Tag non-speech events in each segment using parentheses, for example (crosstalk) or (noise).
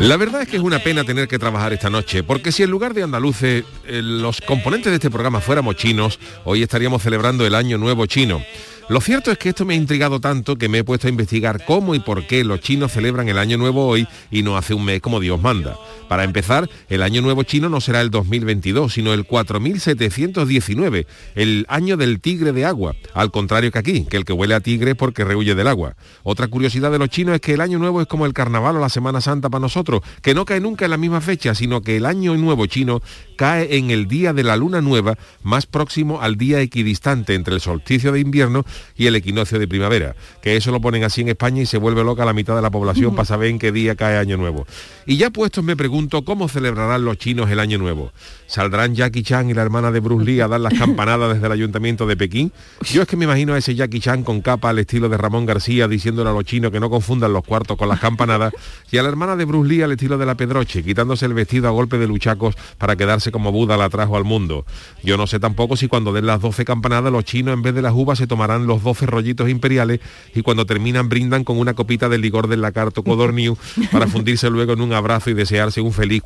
La verdad es que es una pena tener que trabajar esta noche, porque si en lugar de andaluces eh, los componentes de este programa fuéramos chinos, hoy estaríamos celebrando el Año Nuevo Chino. Lo cierto es que esto me ha intrigado tanto que me he puesto a investigar cómo y por qué los chinos celebran el Año Nuevo hoy y no hace un mes como Dios manda. Para empezar, el Año Nuevo chino no será el 2022, sino el 4719, el año del tigre de agua, al contrario que aquí, que el que huele a tigre es porque rehuye del agua. Otra curiosidad de los chinos es que el Año Nuevo es como el carnaval o la Semana Santa para nosotros, que no cae nunca en la misma fecha, sino que el Año Nuevo chino cae en el día de la luna nueva, más próximo al día equidistante entre el solsticio de invierno y el equinoccio de primavera, que eso lo ponen así en España y se vuelve loca la mitad de la población para saber en qué día cae Año Nuevo. Y ya puestos me pregunto cómo celebrarán los chinos el Año Nuevo. ¿Saldrán Jackie Chan y la hermana de Bruce Lee a dar las campanadas desde el ayuntamiento de Pekín? Yo es que me imagino a ese Jackie Chan con capa al estilo de Ramón García diciéndole a los chinos que no confundan los cuartos con las campanadas y a la hermana de Bruce Lee al estilo de la Pedroche, quitándose el vestido a golpe de luchacos para quedarse como Buda la trajo al mundo. Yo no sé tampoco si cuando den las 12 campanadas los chinos en vez de las uvas se tomarán los 12 rollitos imperiales y cuando terminan brindan con una copita de licor del lacarto codorniu para fundirse luego en un abrazo y desearse un feliz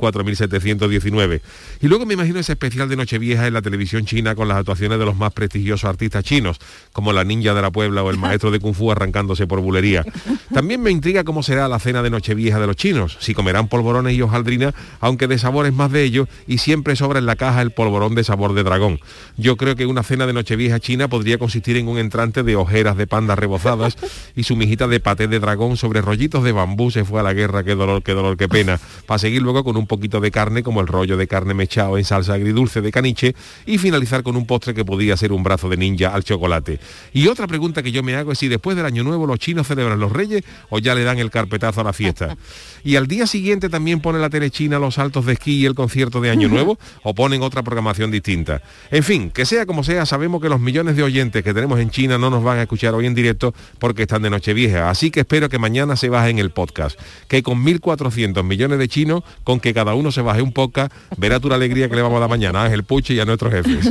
4719. Y luego me imagino ese especial de Nochevieja en la televisión china con las actuaciones de los más prestigiosos artistas chinos, como la ninja de la Puebla o el maestro de Kung Fu arrancándose por bulería. También me intriga cómo será la cena de Nochevieja de los chinos, si comerán polvorones y hojaldrina, aunque de sabores más de ellos y siempre sobra en la caja el polvorón de sabor de dragón. Yo creo que una cena de Nochevieja china podría consistir en un de ojeras de pandas rebozadas y su mijita de paté de dragón sobre rollitos de bambú se fue a la guerra, qué dolor, qué dolor, qué pena, para seguir luego con un poquito de carne como el rollo de carne mechado en salsa agridulce de caniche y finalizar con un postre que podía ser un brazo de ninja al chocolate. Y otra pregunta que yo me hago es si después del año nuevo los chinos celebran los reyes o ya le dan el carpetazo a la fiesta. Y al día siguiente también pone la tele china los saltos de esquí y el concierto de año nuevo o ponen otra programación distinta. En fin, que sea como sea, sabemos que los millones de oyentes que tenemos en China no nos van a escuchar hoy en directo porque están de Nochevieja. Así que espero que mañana se bajen el podcast. Que con 1.400 millones de chinos, con que cada uno se baje un podcast, verá tu la alegría que le vamos a dar mañana a Ángel Puche y a nuestros jefes.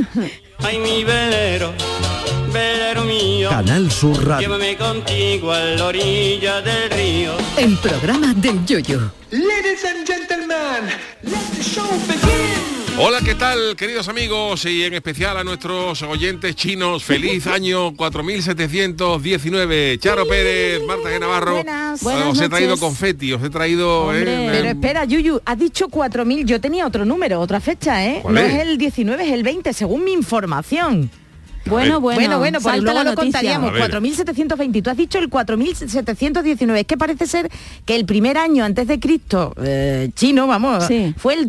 Ay, mi velero, velero mío. Canal Sur Radio. Llévame contigo a la orilla del río. El programa del yoyo. Ladies and gentlemen, let the show begin. Hola, ¿qué tal, queridos amigos? Y en especial a nuestros oyentes chinos. (laughs) Feliz año 4719. Charo Pérez, Marta G. Navarro. Buenas. Os Buenas he traído noches. confeti, os he traído... eh, Pero eh, espera, Yuyu, has dicho 4.000, yo tenía otro número, otra fecha, ¿eh? ¿Cuál No es? es el 19, es el 20, según mi información. A ver. Bueno, bueno, Bueno, bueno, pues salta luego la lo noticia. contaríamos. A ver. 4.720. Tú has dicho el 4.719. Es que parece ser que el primer año antes de Cristo, eh, chino, vamos, Sí. fue el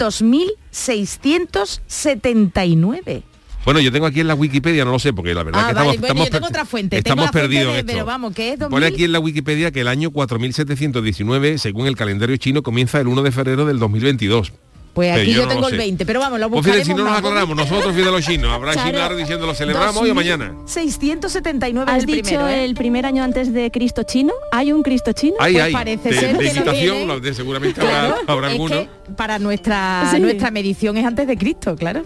2.679. Bueno, yo tengo aquí en la Wikipedia, no lo sé, porque la verdad Ah, que vale, estamos, bueno, estamos yo tengo per- otra fuente, tengo Estamos la fuente perdidos. en de- esto. pero vamos, ¿qué es? Pone 2000? aquí en la Wikipedia que el año 4719, según el calendario chino, comienza el 1 de febrero del 2022. Pues Pero aquí yo, Eh, no lo tengo sé. el 20, pero vamos, lo Pues buscaremos fíjate, si no nos más. acordamos, nosotros fíjate los (laughs) chinos, habrá Charo, chinos ahora diciendo lo celebramos hoy o mañana. 679 es ¿Has el dicho primero, ¿eh? el primer año antes de Cristo chino? ¿Hay un Cristo chino? Ay, pues ay, parece de, ser de que lo imitación, tienen. lo de- seguramente Claro, habrá, habrá es alguno. que para nuestra Sí. nuestra medición es antes de Cristo, claro.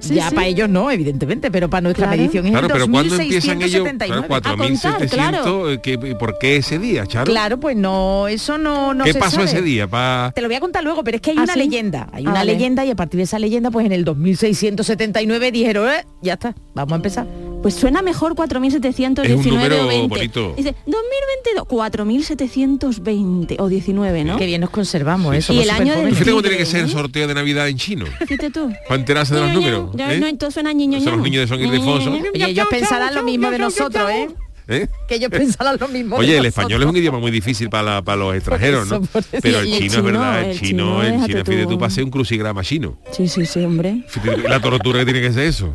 Sí, ya sí. para ellos no, evidentemente, pero para nuestra Claro. medición es Claro, el pero ¿cuándo empiezan ellos? 2679. Claro, A 4.700, contar, eh, que- ¿por qué ese día, Ah, Charo? claro, pues no, eso no, no ¿Qué se pasó sabe. ese día? Pa... Te lo voy a contar luego, pero es que hay ¿Ah, una sí? leyenda, hay Ah, una vale. leyenda y a partir de esa leyenda, pues en el 2679 dijeron, "Eh, ya está, vamos a empezar. Pues suena mejor 4.719 Es un número o 20. bonito. Dice, 2022, 4.720 o 19, ¿no? Qué bien nos conservamos, eso. Y el año del Fíjate cómo tigre, tiene que ser el ¿eh? sorteo de Navidad en chino. Fíjate tú. Para enterarse de los Ño, ño, números, ño, ¿eh? No, entonces suena niño, Son ño. los niños de San Ildefonso. Ño, ño, ño, Y ño. ellos pensarán lo mismo de nosotros, ¿eh? ¿Eh? Que (laughs) ellos pensarán lo mismo de Oye, el nosotros. español es un idioma muy difícil para, la- para los extranjeros, ¿no? Por eso, por eso. Pero el Y chino, el es chino, verdad, el el chino, chino, el chino, déjate fíjate tú tú. pasé un crucigrama chino. Sí, sí, sí, hombre. Fíjate tú La tortura que tiene que ser eso.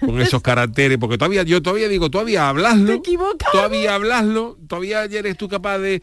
Con esos caracteres, porque todavía, yo todavía digo, todavía hablaslo. Te equivocas. Todavía hablaslo, todavía eres tú capaz de.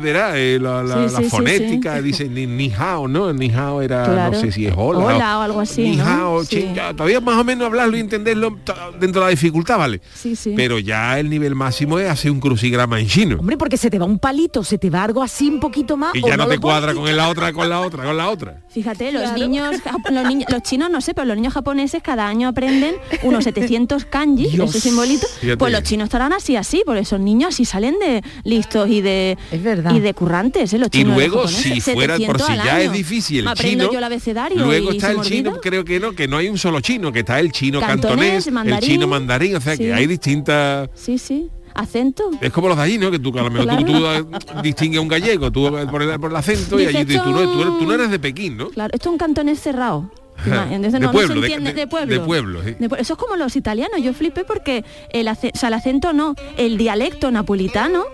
verá, eh, la, la- Sí, la sí, sí, fonética, sí. dice ni, ni hao, ¿no? Ni hao era, Claro. no sé si es hola. Hola o algo así, Ni ¿no? hao, Sí. chin, ya, todavía más o menos hablarlo y entenderlo t- dentro de la dificultad, ¿vale? Sí, sí. Pero ya el nivel máximo es hacer un crucigrama en chino. Hombre, porque se te va un palito, se te va algo así un poquito más. Y o ya no lo te puedes cuadra con la otra, con la otra, con la otra. Fíjate, los Claro. niños, jap- los niños, los chinos no sé, pero los niños japoneses cada año aprenden (laughs) unos 700 kanji, Dios. ese simbolito. Fíjate. Pues los chinos estarán así, así, porque esos niños así salen de listos y de Es verdad. y de currantes, ¿eh? los Y chinos. los luego, japoneses, si fuera, por 700 si al ya año. es difícil Me el aprendo chino, yo el abecedario luego y está se el me chino, olvida. creo que no, que no hay un solo chino, que está el chino Cantonés, cantonés, mandarín. el chino mandarín, o sea Sí. que hay distintas... Sí, sí. Acento. Es como los de allí, ¿no? Que tú, que a lo mejor tú- Claro. tú, eh, distingues a un gallego, tú por el, por el acento, y Dice, allí tú, tú no, tú eres- tú no "Chon". eres de Pekín, ¿no? Claro, esto es un cantonés cerrado. Entonces, (laughs) De no, no pueblo, se de- entiende, de- de, pueblo. de pueblo, sí. De pue- Eso es como los italianos. Yo flipé porque el, ace- o sea, el acento no, el dialecto napolitano.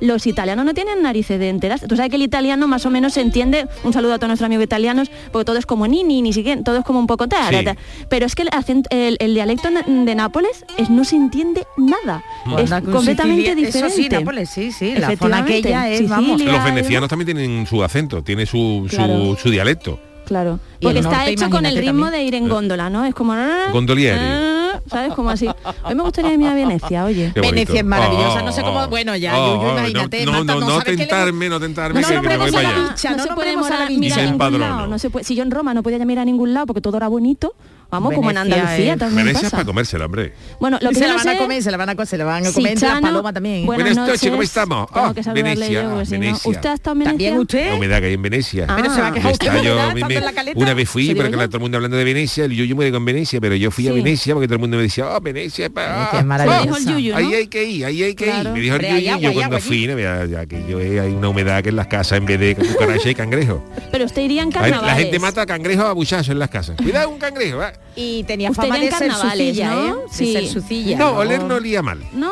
Los italianos no tienen narices de enteras. Tú sabes que el italiano más o menos se entiende. Un saludo a todos nuestros amigos italianos, porque todo es como ni ni ni siquiera, todo es como un poco tal. Sí. Pero es que el, acento- el- el dialecto na- de Nápoles es, no se entiende nada. Es Anda, que un completamente sicilia- diferente. Eso sí, Nápoles, sí, sí. La zona Efectivamente, aquella es, Sicilia, vamos. Los Claro. venecianos también tienen su acento, tiene su, su, Claro. su dialecto. Claro, Y porque el está norte, hecho con el imagínate ritmo también. de ir en góndola, ¿no? Es como... Gondolieri. Ah, ¿Sabes? Como así. Hoy me gustaría irme a Venecia, oye. Qué bonito. Venecia es maravillosa, no sé cómo- bueno, ya, Yuyu, no, imagínate, No, Marta, no, no no sabes qué le- tentarme, no tentarme, No, que no me voy podemos para a la allá. bicha, no se nos puede ponemos a la morar, bicha. mirar Dicen en ningún padrón, lado. ¿no? No se puede, si yo en Roma no podía mirar a ningún lado porque todo era bonito, vamos, como en Venecia Andalucía es- también Venecia es Pues pasa. para comérsela, hombre. Bueno, lo que se yo la no van a sé- comer, se la van a comer, se la van a comer. Sichano, la paloma también. Buenas, Buenas noches. noches, ¿cómo estamos? Tengo Ah, que saludarle Venecia, yo, porque si no- Venecia. ¿Usted ha estado en Venecia? ¿También La usted? humedad que hay en Venecia. Ah. Pero se va a quejar usted, Está yo, ¿verdad? me- Estando en la caleta. una vez fui, ¿Se pero dio que ya? la- todo el mundo hablando de Venecia, yo, yo muero con Venecia, pero yo fui a Sí. Venecia porque todo el mundo me decía, ah, Venecia, Venecia pa, es ah, maravillosa. Lo dijo el Yuyu, ¿no? ahí hay que ir, ahí hay que Claro. ir. Me dijo el Hombre, Yuyu, hay agua, yo hay cuando agua allí. fui, no, ya, ya que yo eh, hay una humedad que en las casas en vez de cucaracha y cangrejo. Pero usted iría en La gente- carnavales. La gente mata cangrejos a buchazos en las casas. Cuidado un cangrejo, ¿eh? ¿va? Y tenía Usted fama ya en de ser carnavales, sucilla, ¿no? ¿eh? Sí. De ser sucilla. No, oler no olía mal. ¿No?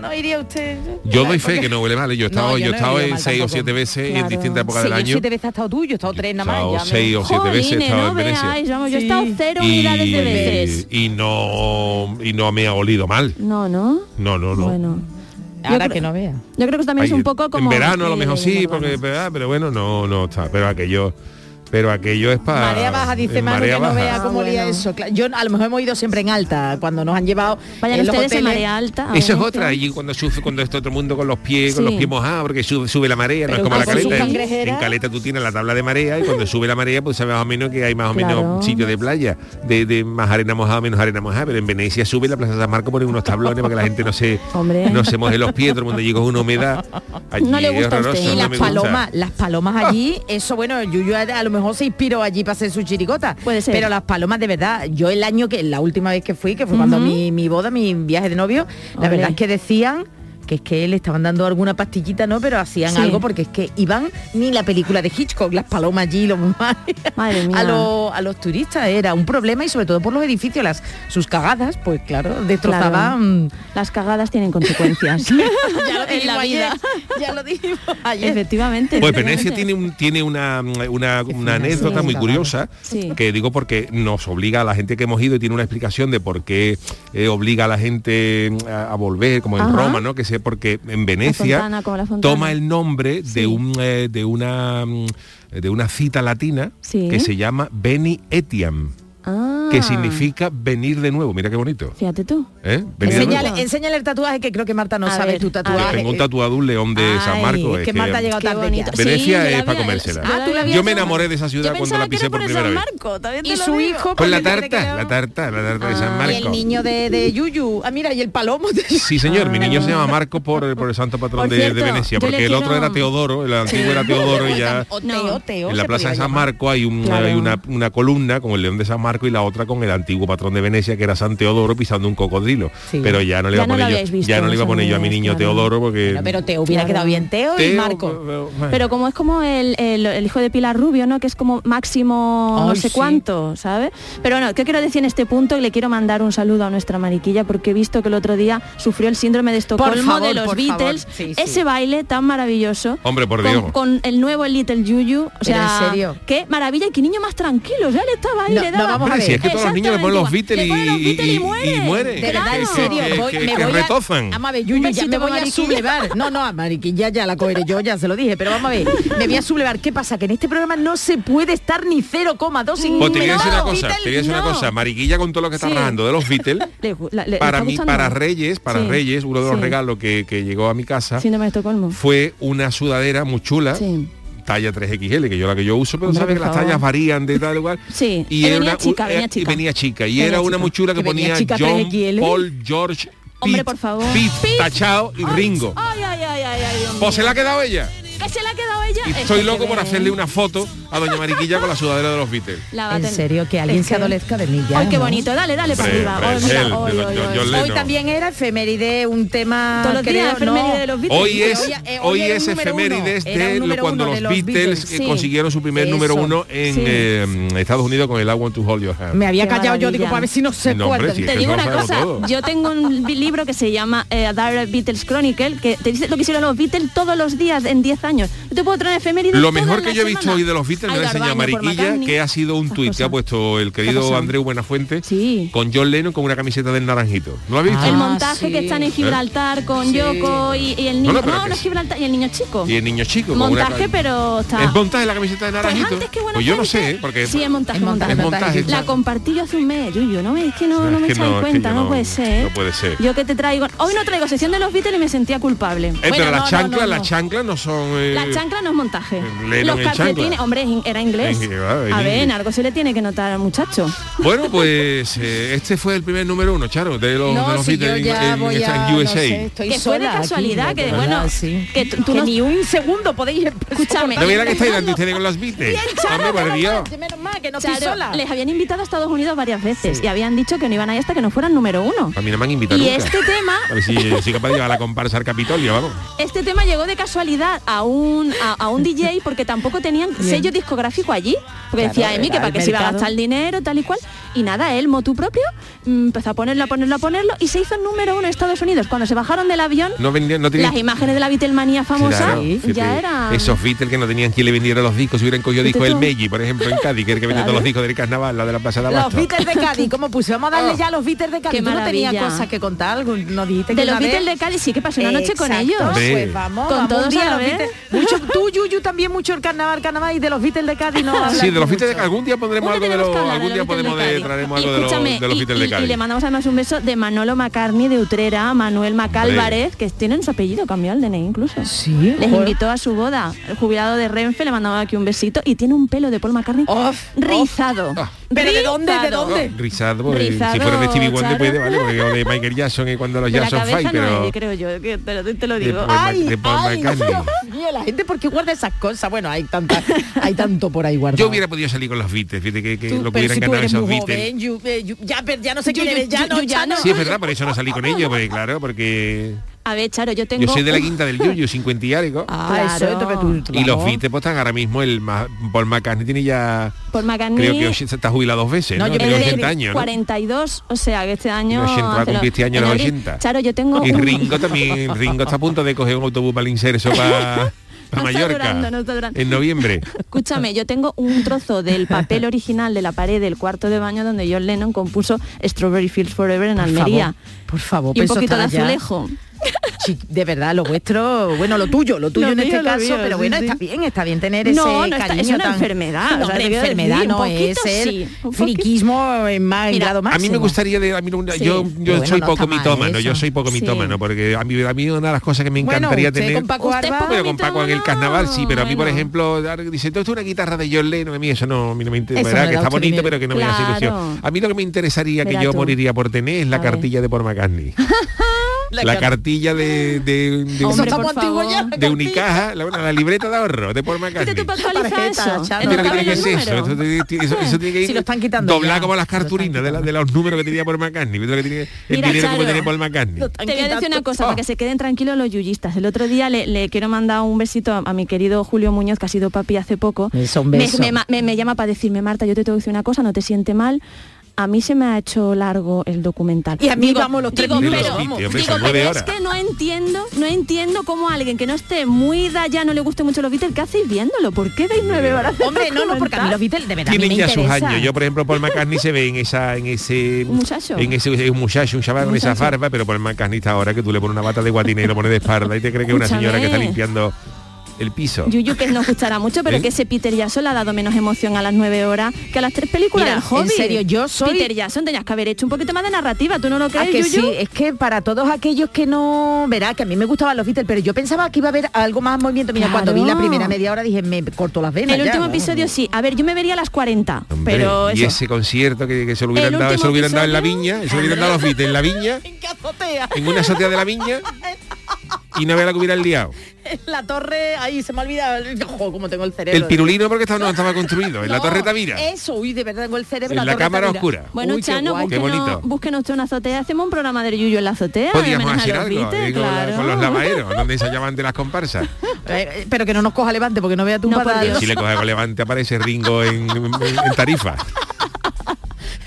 No iría usted. Yo doy fe que no huele mal, ¿eh? yo he No, estado, yo yo he no he estado olido en mal seis o tampoco. siete veces en Claro. distintas épocas Sí, del yo año. siete veces he estado tú, yo he estado tres He nada más. estado ya me- seis o siete veces he Jolines, estado no en Venecia. veáis, vamos, yo he Sí. estado cero unidades de veces. y no y no me ha olido mal. No, ¿no. No, no, no. Bueno. Yo Ahora creo- que no vea. Yo creo que eso también es Ahí, un poco como... en verano a lo mejor sí, Eh, porque ah, pero bueno, no no está, pero aquello pero aquello es para Marea baja, dice Manu, que no vea cómo Ah, olía bueno. eso. Claro, Yo a lo mejor hemos ido siempre en alta, cuando nos han llevado Vayan en los ustedes en hoteles. marea alta. a Eso es Venecia. otra, y cuando sufre, cuando está otro mundo con los pies, con los Ah, Sí. pies mojados, porque sube, sube la marea, no Pero es como la como caleta. son En, cangrejeras- en caleta tú tienes la tabla de marea y cuando sube la marea, pues sabes más o menos que hay más o menos Claro. sitio de playa, de, de más arena mojada, menos arena mojada, pero en Venecia sube la Plaza San Marco ponen unos tablones para que la gente no se, (laughs) Hombre. no se moje los pies, todo el mundo allí con una humedad. Allí No le es gusta a usted. horroroso, Y no Y las me gusta. Ah. palomas, las palomas allí, eso bueno, Yuyu a, a lo mejor se inspiró allí para hacer su chiricota. Puede ser. Pero las palomas de verdad, yo el año que, la última vez que fui, que fue cuando mi, mi boda, mi viaje de novio, la Hombre. verdad es que decían que es que le estaban dando alguna pastillita, ¿no? Pero hacían Sí. algo porque es que iban ni la película de Hitchcock, las palomas allí, los (laughs) Madre mía. A, los- a los turistas era un problema y sobre todo por los edificios, las sus cagadas, pues claro, destrozaban. mm. Las cagadas (laughs) tienen (laughs) consecuencias. en la dijimos vida. ayer, (laughs) ya lo dijimos (laughs) ayer. Efectivamente. Pues efectivamente. Venecia tiene, un, tiene una, una, una anécdota sí, muy está curiosa, Sí. que digo porque nos obliga a la gente que hemos ido y tiene una explicación de por qué eh, obliga a la gente mm, a, a volver, como en Ajá. Roma, ¿no? Que sé, porque en Venecia fontana, como la fontana. toma el nombre Sí. de, un, eh, de, una, mm, de una cita latina Sí. que se llama Beni Etiam, Ah. que significa venir de nuevo. Mira qué bonito. Fíjate tú. ¿eh? Venir de nuevo. Enséñale, enséñale el tatuaje que creo que Marta no A sabe ver, tu a ver. Yo tatuaje. tengo un tatuado un león de San Ay, Marcos. es que Marta ha llegado Qué tarde ya. bonito. Venecia Sí, yo es la para vi- comérsela. Ah, tú la vi- yo me enamoré de esa ciudad Yo cuando pensaba la que pisé era por el primera San vez. Marco, también te Y lo su digo. hijo Con la porque cree que tarta, no. la tarta, la tarta de San Y el Marcos. niño de, de Yuyu. Ah, mira, y el palomo de (laughs) Yuyu. Sí, señor, mi niño se llama Marco por, por el santo patrón Ah. Por de- de, cierto, Venecia, yo le porque el otro quiero- era Teodoro, el antiguo era Teodoro y (laughs) ya O No. Teo, Teo en se la plaza podía de San llamar. Marco hay, un- Claro. hay una, una columna con el león de San Marco y la otra con el antiguo patrón de Venecia que era San Teodoro pisando un cocodrilo. Sí. Pero ya no le iba Ya a no lo poner habéis yo, visto ya no le iba a esos poner yo a mi niños, niño claro. Teodoro porque Bueno, pero Teo hubiera Claro. quedado bien. Teo, y Teo, eh, Marco. pero- bueno. Pero como es como el, el- el hijo de Pilar Rubio, ¿no? Que es como máximo no Ay, sé sí. cuánto, ¿sabes? Pero bueno, ¿qué quiero decir en este punto? Le quiero mandar un saludo a nuestra mariquilla porque he visto que el otro día sufrió el síndrome de Estocolmo favor, de los por favor. Beatles. Sí, sí. Ese baile tan maravilloso. Hombre, por con- Dios. Con, el nuevo Little Yuyu. O sea, en serio. qué maravilla y qué niño más tranquilo. Ya le estaba ahí, No, le no daba. vamos a Hombre, ver. si es que que todos los niños le ponen los exactamente Beatles y, igual. Le ponen los Beatles y mueren. mueren. De De verdad, Que- en Claro. serio, que- voy- que- me que voy retozan. a... Vamos a ver, Yuyu, ya besito me para voy a Mariquilla. sublevar. No, no, a Mariquilla ya la cogeré yo, ya se lo dije, pero vamos a ver, me voy a sublevar. ¿Qué pasa? Que en este programa no se puede estar ni 0,2 sin Pues te voy a decir una menos. cosa, te voy a decir una no. cosa, Mariquilla con todo lo que está Sí. rajando de los Beatles, (laughs) Le- la- le- le para está mí, gustando. para Reyes, para Sí. Reyes, uno de los Sí. regalos que, que llegó a mi casa Síndrome de Estocolmo. fue una sudadera muy chula, Sí. talla 3XL, que yo la que yo uso, pero Hombre, sabes que por las favor. tallas varían de tal lugar. (laughs) Sí, y venía chica, venía Y chica. venía chica. Y Venía era una chica. muy chula que, Que venía ponía chica John, 3XL. Paul, George, Hombre, Pete, por favor. Pete, Pete. Tachao y Ay, Ringo. Ay, ay, ay, ay, ay, Dios mío. Pues se la ha quedado ella. Que se la ha quedado ella. Y Es estoy que loco por ven. hacerle una foto a Doña Mariquilla con la sudadera de los Beatles. La va a En tener. serio, que alguien Es se adolezca de mí ya. Ay, qué ¿no? bonito. Dale, dale para Hombre, arriba. hombre, Ay, mira, él, ay, yo- ay, yo- ay. yo le- Hoy no. también era efeméride, un tema... Todos los días, creo, no. efeméride de los Beatles. Hoy Beatles. es, Hoy- eh, hoy hoy era un es número uno. efemérides Era un de lo- número cuando uno los de los Beatles, Beatles, eh, sí. consiguieron su primer Eso. número uno en Sí. eh, Estados Unidos con el I Want to Hold Your Hand. Me había Qué callado yo, digo, maravilla. para ver si no se No, hombre, acuerdan. sí. Te que digo eso lo una cosa, sabemos todo. yo tengo un bi- libro que se llama eh, Dark Beatles Chronicle, que te dice lo que hicieron los Beatles todos los días en 10 años. Yo te puedo traer efemérides Lo todas mejor que las yo he visto semanas. hoy de los Beatles me Ay, lo ha enseñado Garbane por Mariquilla, McCartney. que ha sido un Esas tuit que ha cosas. puesto el Estas querido cosas. Andrés Buenafuente Sí. con John Lennon con una camiseta del naranjito. ¿No lo habéis visto? El Ah, montaje sí. que están en Gibraltar con Yoko y, y el No, niño. no, No, pero no, que- es Gibraltar y el niño chico. Y el niño chico. con una montaje, ca- pero está. ¿Es montaje la camiseta de Pues naranjito? antes que buena Pues yo no gente- sé, ¿eh? porque... Sí, es montaje, Es montaje. Es montaje. La compartí yo hace un mes, Yuyo, no me, es que no, Es no me que echáis no, es que cuenta, yo no, no- puede ser. no puede ser. Yo que te traigo, hoy no traigo sesión de los Beatles y me sentía culpable. Eh, pero Bueno, las no, no, chanclas, no, las no. chanclas no son... eh, La chancla no es montaje. Lennon Los en chancla. calcetines, hombre, es in- era inglés. En- ah, en A ver, en inglés. algo se le tiene que notar al muchacho. Bueno, pues eh, este fue el primer número uno, Charo, de los, de No, los si yo Beatles en- ya en, voy en a, no USA. sé, estoy Que fue de sola aquí, casualidad, que verdad, bueno, sí. que tú- tú Que no- ni un segundo podéis Escúchame. ¿No verá que estáis dando ustedes con los Beatles? Hombre, por Dios. Menos mal, que no Claro, estoy sola. les habían invitado a Estados Unidos varias veces y habían dicho que no iban ahí hasta que no fueran número uno. A mí no me han invitado Y nunca. este tema, A ver si yo soy capaz de llevar la comparsa al Capitolio, vamos. este tema llegó de casualidad a un a, a un DJ porque tampoco tenían sello discográfico allí. Porque Claro, decía Emi que era para el que se iba a mercado. gastar el dinero, tal y cual. Y nada, él, motu propio, mm, empezó a ponerlo, a ponerlo, a ponerlo y se hizo número uno en Estados Unidos. Cuando se bajaron del avión, No vendían, no tenían... las imágenes de la Beatlemanía famosa Claro, ya fíjate, eran... Esos Beatles que no tenían quien le vendiera los discos, si hubieran cogido Fíjate discos el tú. Meiji, por ejemplo, en Cádiz, que era el que vende todos los discos del carnaval, la de la Plaza de Los Abasto. Beatles de Cádiz, ¿cómo puse? Vamos a Ah. darle ya a los Beatles de Cádiz. Qué Tú no tenías maravilla. cosas que contar, algo, no dijiste que De los una vez- Beatles de Cádiz, sí que pasé una noche con Eh, Exacto, ellos. Hombre. Pues vamos, Con vamos todos un día a la los vez. Beatles. Mucho, tú, Yuyu, también mucho el carnaval, carnaval y de los Beatles de Cádiz no (laughs) hablas Sí, de los mucho. Beatles de algún día pondremos Uno algo de tenemos los que hablar algún de día los Beatles podemos de de- Cádiz. traeremos Y algo de los, escúchame, de los y- Beatles de y- Y Cádiz. le mandamos además un beso de Manolo Macarni de Utrera, Manuel Macálvarez, que tienen su apellido cambiado al DNI E incluso. Sí, Les joder. invitó a su boda. El jubilado de Renfe le mandaba aquí un besito y tiene un pelo de Paul McCartney Of, rizado. Ah. ¿Pero de dónde, de Rizado. dónde? No, Rizardo, eh, Rizardo, si fuera de Stevie Wonder Charo. puede, vale, porque o de Michael Jackson y cuando los De la Jackson Five, cabeza pero no es, creo yo, que te, lo- te lo de digo. Ah, Paul- de Paul McCartney. Dios mío, la gente, ¿por qué guarda esas cosas? Bueno, hay tanta, hay tanto por ahí guardado. yo hubiera podido salir con los Beatles, fíjate que, que Tú, lo que pero hubieran si tú ganado eres esos muy Beatles. joven, you- eh, you- ya, pero ya no sé Yo- quién yo- eres, ya yo- no, yo ya ya no. no. Sí, es verdad, por eso no salí con ellos, porque claro, porque A ver, Charo, yo tengo... yo soy de la quinta del (laughs) Yuyu, 50 y algo. Ah, eso, Claro. esto, pero tú- tú- Y los vamos. Beatles pues están ahora mismo el ma- Paul McCartney tiene ya Paul McCartney... creo que se está jubilado dos veces, No, ¿no? yo Tiene creo que 80 años, ¿no? 42, o sea, que este año... No, 80, va a hace lo- cumplir este año en los abril. 80. Charo, yo tengo... Y un- (laughs) Ringo también, Ringo está a punto de coger un autobús para el inserso para No está Mallorca durando, no está durando. en noviembre. Escúchame, yo tengo un trozo (laughs) del papel original de la pared del cuarto de baño donde John Lennon compuso Strawberry Fields Forever en Por Almería. favor, por favor, y pero un eso poquito de está ya. azulejo. Sí, de verdad, lo vuestro, bueno, lo tuyo, lo tuyo Lo en mío, este lo caso, mío, pero sí, bueno, sí. está bien, está bien tener ese No, no está- cariño es una tan- enfermedad, No, o sea, hombre, te quiero enfermedad decir, un no poquito es el sí, un poquito. friquismo en más Mira, grado A máximo. mí me gustaría de a mí no- yo, Sí. yo Bueno, soy no poco está mal mitómano, eso. yo soy poco Sí. mitómano porque a mí a mí una de las cosas que me bueno, encantaría usted tener con Paco Usted Arba, poco pero con Paco en el mitómano, carnaval sí, pero a mí por bueno. ejemplo ahora dicen esto es una guitarra de John Lennon a mí eso no, a mí no me interesa Eso ¿verdad? no que le da está mucho bonito dinero. pero que no me hace Claro. ilusión a mí lo que me interesaría que Mira yo tú. moriría por tener es la A ver. cartilla de Paul McCartney la, car- cartilla de, de, de, Hombre, de por antiguo favor. ya, De cartilla. Unicaja la, la libreta de ahorro de Paul McCartney Vete tú para actualizar Tarjeta, eso. Charo. En Mira el lo que tablet tiene que los ser eso, números. eso tiene- tiene- eso- eso tiene que Si lo están quitando doblar ya. como las Lo están cartulinas de, la- de los números que tenía Paul McCartney. Vete lo que tiene- el Mira, dinero como Charo. tenía Paul McCartney. Lo- Te voy a decir una cosa, para que se queden tranquilos los yuyistas. El otro día le, le quiero mandar un besito a, a mi querido Julio Muñoz, que ha sido papi hace poco. Beso, un Me- beso. Me, ma- me- me llama para decirme, Marta, yo te tengo que decir una cosa, no te siente mal. a mí se me ha hecho largo el documental. Y a mí, Digo- vamos, los tres digo, minutos, pero, vamos. Sí, hombre, digo, son nueve pero horas. es que no entiendo, no entiendo cómo a alguien que no esté muy da ya no le guste mucho los Beatles, ¿qué hacéis viéndolo? ¿Por qué veis nueve horas? de Hombre, no, no, porque a mí documental? los Beatles de verdad a mí Tienen me ya sus interesa. años. Yo, por ejemplo, Paul McCartney se ve en esa, en ese Un muchacho. En ese es un muchacho, un chaval Un con esa muchacho. farpa, pero Paul McCartney está ahora que tú le pones una bata de guatina y lo pones de espalda y te cree que es una Escúchame. señora que está limpiando el piso. Yuyu que no gustará mucho, pero ¿Eh? que ese Peter Jackson le ha dado menos emoción a las nueve horas que a las tres películas Mira, del Hobbit. en serio, yo soy- Peter Jackson tenías que haber hecho un poquito más de narrativa, ¿tú no Ah, lo ¿A crees, que Yuyu? sí, es que para todos aquellos que no verá que a mí me gustaban los Beatles, pero yo pensaba que iba a haber algo más movimiento. Mira, Claro. cuando vi la primera media hora dije, me corto las venas. El ya, último ¿no? episodio sí. A ver, yo me vería a las 40, Hombre, pero y eso. ese concierto que, que se lo hubieran El dado, eso lo último hubieran dado en la episodio. viña, eso lo hubieran dado a los Beatles en la viña, (laughs) ¿En qué azotea? en una azotea de la viña y no vea la que hubieran liado. En la torre, ahí se me ha olvidado, ojo, como tengo el cerebro. El pirulino porque estaba, no estaba construido, en la No, Torre Tavira, Eso, uy, de verdad tengo el cerebro. en la torre cámara Tavira. oscura. Bueno, Uy, qué Chano, guay. qué bonito. búsquenos, búsquenos tú una azotea. Hacemos un programa de Yuyu en la azotea. en Podríamos homenaje hacer a los algo Beatles, eh, con, la- claro. con los lavaderos, donde ensayaban de las comparsas. (laughs) Eh, eh, pero que no nos coja levante porque no vea tu No, por patada. Dios. Si le coge con levante aparece Ringo en, en- en Tarifa. (laughs)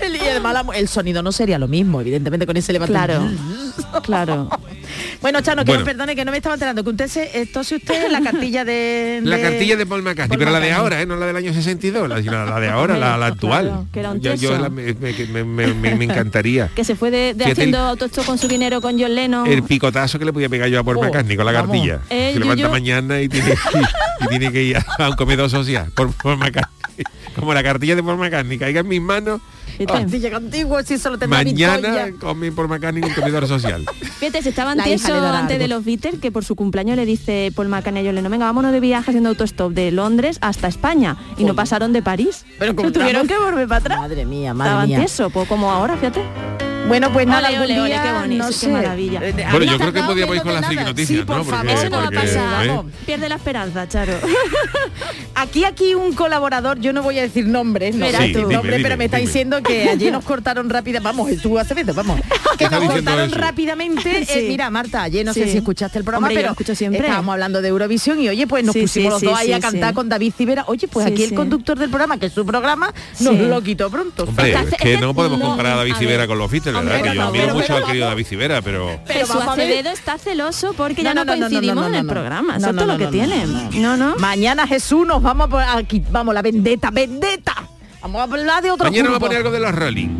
El, y además la- el sonido no sería lo mismo, evidentemente, con ese levante. (laughs) Claro, claro. Bueno, Chano, que Bueno. me perdone, que no me estaba enterando, que usted se, esto si usted (laughs) en la cartilla de... La cartilla de Paul McCartney, Paul pero la de McCartney. ahora, ¿eh? no la del año 62, la, sino la de ahora, la, la actual. Ah, Claro, que era un yo yo teso. la- me, me- me- me- me- me encantaría. (laughs) Que se fue de, de Fíjate haciendo el- autostop con su dinero con John Lennon. El picotazo que le podía pegar yo a Paul Oh, McCartney con la vamos. cartilla. Eh, se levanta Yuyu. mañana y tiene, (laughs) y, tiene que ir a un comedor social por Paul McCartney. Como la cartilla de Paul McCartney caiga en mis manos, Fíjate. Cartilla contigo, si solo tendrá Em. mañana Vizcoya. come Paul McCartney en un comedor social. Fíjate, se estaban La hija tieso le dará antes de algo. los Beatles que por su cumpleaños le dice Paul McCartney a John Lennon, venga, vámonos de viaje haciendo autostop de Londres hasta España. Y no pasaron de París. Pero (laughs) Se como tuvieron estamos- que volver para atrás. Madre mía, Estaban madre mía. tieso, po- pues, como ahora, fíjate. Bueno, pues nada, Ole, algún ole, ole, día, qué bonito, no qué sé. maravilla. Eh, Bueno, habéis yo creo que acabado podíamos ir con las menos de friki nada. noticias, Sí, por ¿no? Porque- favor. Eso no va a porque, pasar. ¿eh? Pierde la (laughs) esperanza, Charo. Aquí, aquí un colaborador, yo no voy a decir nombres, no Verás voy a decir tú. dime, nombres, dime, pero me está dime. diciendo que allí nos cortaron rápida, vamos, tú (laughs) Acevedo, vamos, que está nos diciendo cortaron eso? rápidamente, eh, (laughs) Sí. mira Marta, ayer no sé Sí. si escuchaste el programa, Hombre, yo pero lo escucho siempre. estábamos hablando de Eurovisión y oye, pues nos Sí, pusimos sí, los sí, dos ahí sí, a cantar sí. con David Civera, oye, pues Sí, aquí el sí. conductor del programa, que es su programa, nos Sí. lo quitó pronto. Hombre, Está- es que está- no podemos no, comparar a David a Civera ver. con los Beatles, la ¿verdad? Hombre, que yo no, admiro pero- mucho pero al querido vamos. David Civera, pero... Pero su vamos a ver. Acevedo está celoso porque No, ya no, no, no, no, no, coincidimos no, en el no, no. programa. Eso No, es todo no, lo que no, tiene. no, No, no. Mañana Jesús nos vamos a por- aquí, vamos, la vendetta, vendetta. Vamos a hablar de otro Mañana va a grupo. poner algo de los (laughs) Rolling.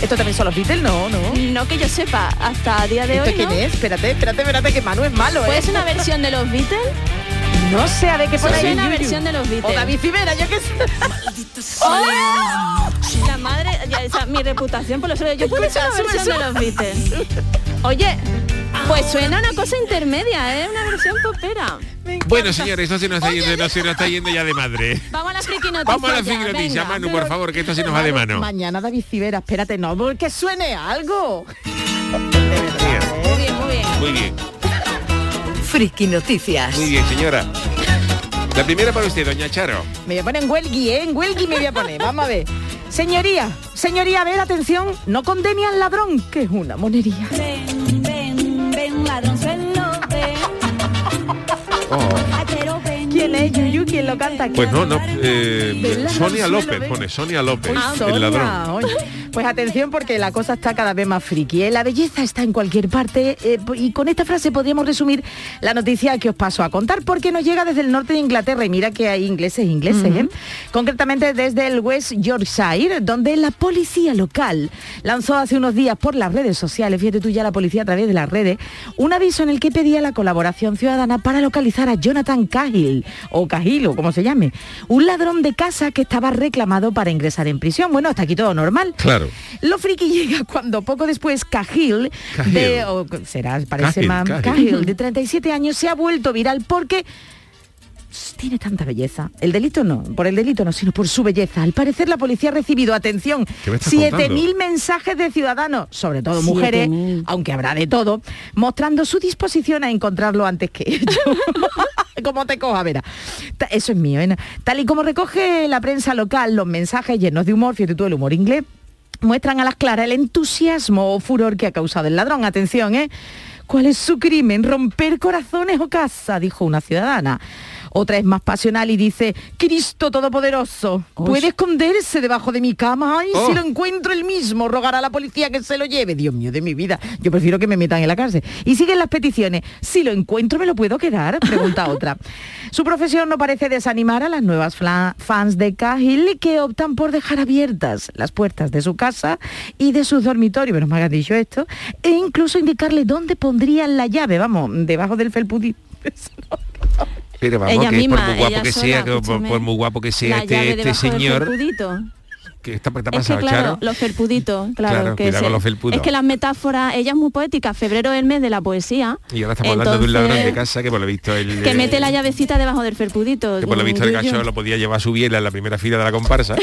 Esto también son los Beatles, no, no. No que yo sepa, hasta día de ¿Esto hoy. quién ¿no? Pues, es? Espérate, espérate, espérate, que Manu es malo, ¿eh? ¿Puede ser una versión de los Beatles? No sé, a ver qué pone Puede ahí. ser una Yuyu. versión de los O Beatles. David Civera, yo qué sé. ¡Hola! La madre, ya, esa- mi reputación por los oídos. Yo puedo ser una Escucha, versión sube, de los Beatles. Oye, pues suena una cosa intermedia, ¿eh? Una versión popera. (laughs) Bueno, señores, esto se nos está yendo, no se nos está yendo ya de madre. Vamos a la friki (laughs) noticia. Vamos a la ya, fin noticia, venga. Manu, por favor, que esto se nos va de mano. Mañana David Civera, espérate, no, porque suene algo. Muy bien, muy bien. Muy bien, Friki Noticias. muy bien, señora. La primera para usted, doña Charo. Me voy a poner en huelgui, ¿eh? En huelgui me voy a poner, vamos a ver. Señoría, señoría, a ver, atención, no condene al ladrón, que es una monería. Ven, ven, ven, ladronzuelo, ven. Oh. Atero, ven. ¿Quién es Yuyu? ¿Quién lo canta? ¿Quién Pues no, no, eh, Del Sonia ladrón, López, ven. pone Sonia López, Uy, Sonia, el ladrón. Pues oye. Pues atención porque la cosa está cada vez más friki. ¿eh? La belleza está en cualquier parte eh, y con esta frase podríamos resumir la noticia que os paso a contar porque nos llega desde el norte de Inglaterra y mira que hay ingleses, ingleses, ¿eh? concretamente desde el West Yorkshire, donde la policía local lanzó hace unos días por las redes sociales, fíjate tú ya la policía a través de las redes, un aviso en el que pedía la colaboración ciudadana para localizar a Jonathan Cahill o Cahill o como se llame, un ladrón de casa que estaba reclamado para ingresar en prisión. Bueno, hasta aquí todo normal. Claro. Lo friki (laughs) llega cuando poco después Cajil, Cahill. de o, será, parece Cahill, más Cahill. Cahill, de 37 años se ha vuelto viral porque tiene tanta belleza. El delito no, por el delito no, sino por su belleza. Al parecer la policía ha recibido, atención, ¿Qué me estás 7.000 mensajes de ciudadanos, sobre todo mujeres, 7.000. aunque habrá de todo, mostrando su disposición a encontrarlo antes que ellos. (laughs) Como te coja, verá. Ta- Eso es mío. ¿eh? Tal y como recoge la prensa local, los mensajes llenos de humor, fíjate tú el humor inglés, muestran a las claras el entusiasmo o furor que ha causado el ladrón. Atención, ¿eh? ¿Cuál es su crimen? ¿Romper corazones o casa? Dijo una ciudadana. Otra es más pasional y dice, Cristo Todopoderoso, puede esconderse debajo de mi cama. Ay, si Oh. lo encuentro el mismo, rogará a la policía que se lo lleve. Dios mío, de mi vida. Yo prefiero que me metan en la cárcel. Y siguen las peticiones. Si lo encuentro, ¿me lo puedo quedar? Pregunta otra. Su profesión no parece desanimar a las nuevas fla- fans de Cahill que optan por dejar abiertas las puertas de su casa y de sus dormitorios, menos mal que has dicho esto, e incluso indicarle dónde pondrían la llave, vamos, debajo del felpudito. Pero vamos, ella que misma, por muy guapo ella que sola, sea, que por- escúchame. por, muy guapo que sea La este, llave este debajo del señor, felpudito. que está, está Es que pasado, claro, Charo. los felpuditos, claro, Claro, que cuidado se- con los felpudos. es que las metáforas, ella es muy poética, febrero es el mes de la poesía. Y ahora estamos hablando de un entonces, ladrón de casa que por lo visto el, Que mete la llavecita debajo del felpudito. que por lo visto el Yo- yo- cacho lo podía llevar a su biela en la primera fila de la (laughs) comparsa.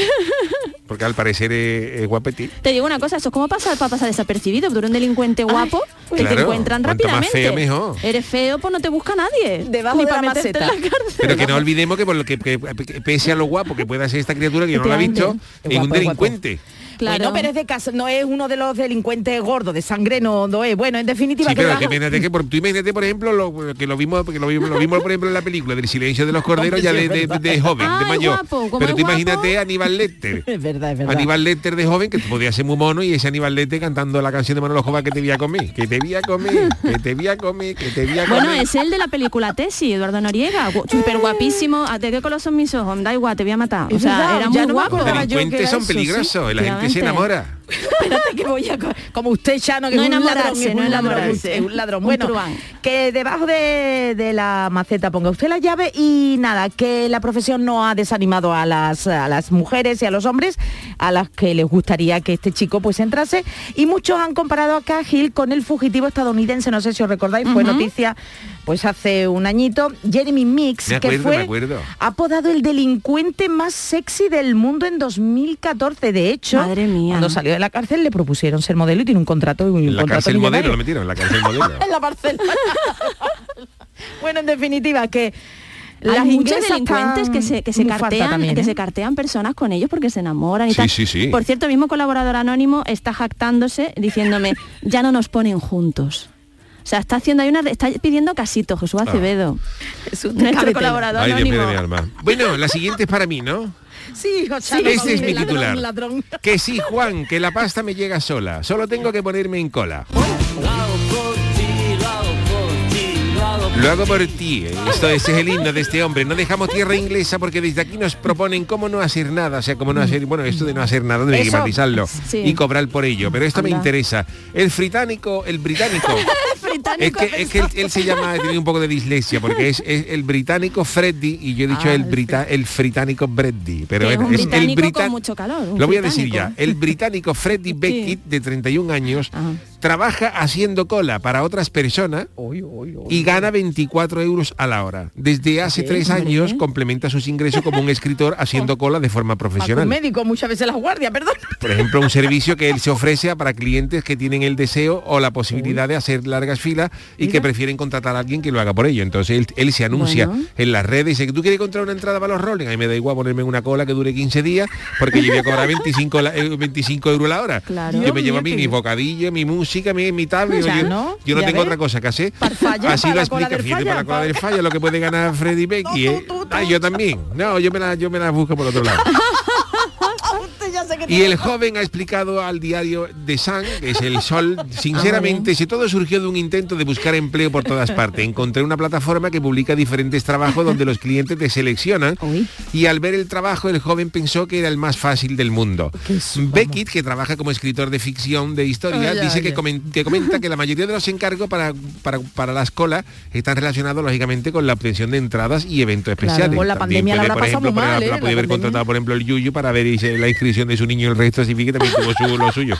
Porque al parecer es, es guapetí. Te digo una cosa, eso es como pasar para pasar desapercibido, pero un delincuente guapo que te Claro, encuentran cuanto más rápidamente. feo, mejor. Eres feo, pues no te busca nadie. Debajo Ni de para la meterte en maceta. la cárcel. Pero que no olvidemos que, por lo que, que- que pese a lo guapo que pueda ser esta criatura que yo no la he visto, Efectivamente. es un Guapo, guapo. delincuente. Claro. Bueno, pero es de casa, no es uno de los delincuentes gordos, de sangre no, no es. Bueno, en definitiva, Sí, que pero debajo- que imagínate que por, tú imagínate, por ejemplo, lo que lo vimos, que lo vimos, lo vimos, por ejemplo, en la película del silencio de los corderos ya de, de- de joven, Ah, de es mayor. guapo, como pero es tú imagínate guapo. a Aníbal (laughs) Lecter. (laughs) es verdad, es verdad. Aníbal Lecter de joven, que podía ser muy mono, y ese Aníbal Lecter cantando la canción de Manolo Jova que te voy a comer, que te voy a comer, que te voy a comer, que te voy a comer. Bueno, es el de la película Tesi, Eduardo Noriega, gu- súper guapísimo. ¿A de qué color son mis ojos? Da igual, te voy a matar. O Es sea, verdad, era ya muy no me guapo. Los acordaba yo que delincuentes era son eso, sí, peligrosos, y la gente se efectivamente. enamora. Espérate que voy a co- como usted Chano que No es un ladrón, enamorarse, es un no ladrón, enamorarse. es un ladrón. Un Bueno, truán. que debajo de, de la maceta ponga usted la llave y nada, que la profesión no ha desanimado a las a las mujeres y a los hombres a las que les gustaría que este chico pues entrase y muchos han comparado a Cahill con el fugitivo estadounidense, no sé si os recordáis, fue noticia pues hace un añito, Jeremy Mix, Me acuerdo, que fue me acuerdo. apodado el delincuente más sexy del mundo en 2014, de hecho, Madre mía. cuando salió de la cárcel le propusieron ser modelo y tiene un contrato y un En la contrato cárcel modelo millonario. (laughs) lo metieron, en la cárcel modelo. en la parcela. (laughs) bueno, en definitiva que (laughs) las Hay muchos inglesas delincuentes están que se, que, se muy falta cartean, también, que ¿eh? se cartean personas con ellos porque se enamoran y Sí, tal. sí, sí. Por cierto, el mismo colaborador anónimo está jactándose diciéndome, ya no nos ponen juntos. O sea, está haciendo, hay una, está pidiendo casito, Jesús Acevedo. Jesús, Nuestro cábetela. colaborador Ah. Ay, Dios mío de mi anónimo. alma. Bueno, la siguiente es para mí, ¿no? Sí, hijo, Sí, Chano, Ese Este es mi ladrón, titular. ladrón. Que sí, Juan, que la pasta me llega sola. Solo tengo que ponerme en cola. Lo hago por ti. ¿eh? Esto ese es el himno de este hombre. No dejamos tierra inglesa porque desde aquí nos proponen cómo no hacer nada. O sea, cómo no hacer... Bueno, esto de no hacer nada no hay que Eso, matizarlo sí. y cobrar por ello. Pero esto me Anda. interesa. El británico, el (laughs) británico. Es Británico, que, es que él, él se llama, tiene un poco de dislexia, porque es, es el británico Freddy y yo he dicho el, brita, el británico Freddy. Pero Ah, Que es bueno, un es, el británico brita- con mucho calor, un Lo voy a decir ya. británico. El británico (laughs) Freddy Beckett, de 31 años, Ajá. trabaja haciendo cola para otras personas y gana 24 euros a la hora. Desde hace tres hombre. años complementa sus ingresos como un escritor (laughs) haciendo cola de forma Un profesional médico, muchas veces las guardias, (laughs) perdón. por ejemplo, un servicio que él se ofrece a para clientes que tienen el deseo o la posibilidad de hacer largas filas y que prefieren contratar a alguien que lo haga por ello. Entonces él, él se anuncia Bueno. en las redes y dice, ¿tú quieres comprar una entrada para los Rolling? A mí me da igual ponerme en una cola que dure 15 días porque yo voy a cobrar 25, la- eh, 25 euros la hora. Claro. Yo me Dios llevo a mío, mí qué- mis bocadillos, mi música, mi, mi tablet. Ya, yo ¿no? yo no Ya tengo ves. otra cosa que hacer. Para el fallo, Así para lo la cola explica, del fíjate, para la fallo, cola para- del fallo, lo que puede ganar Freddy Becky. tú, ¿eh? tú, tú. Ah, yo también. No, yo me la, yo me la busco por otro lado. Y el joven ha explicado al diario The Sun, que es el (laughs) Ah, Sol, sinceramente, si todo surgió de un intento de buscar empleo por todas partes. Encontré una plataforma que publica diferentes trabajos donde los clientes te seleccionan Uy. y al ver el trabajo el joven pensó que era el más fácil del mundo. Beckett, que trabaja como escritor de ficción, de historia, dice Que, comen- que comenta que la mayoría de los encargos para, para, para las colas están relacionados lógicamente con la obtención de entradas y eventos especiales. con la También pandemia la habrá por pasado ejemplo, muy por- mal, ¿eh? la La podía haber pandemia. contratado, Ah, por ejemplo, el Yuyu para ver eh, la inscripción de su niño y el resto, así que también tuvo su- lo suyo.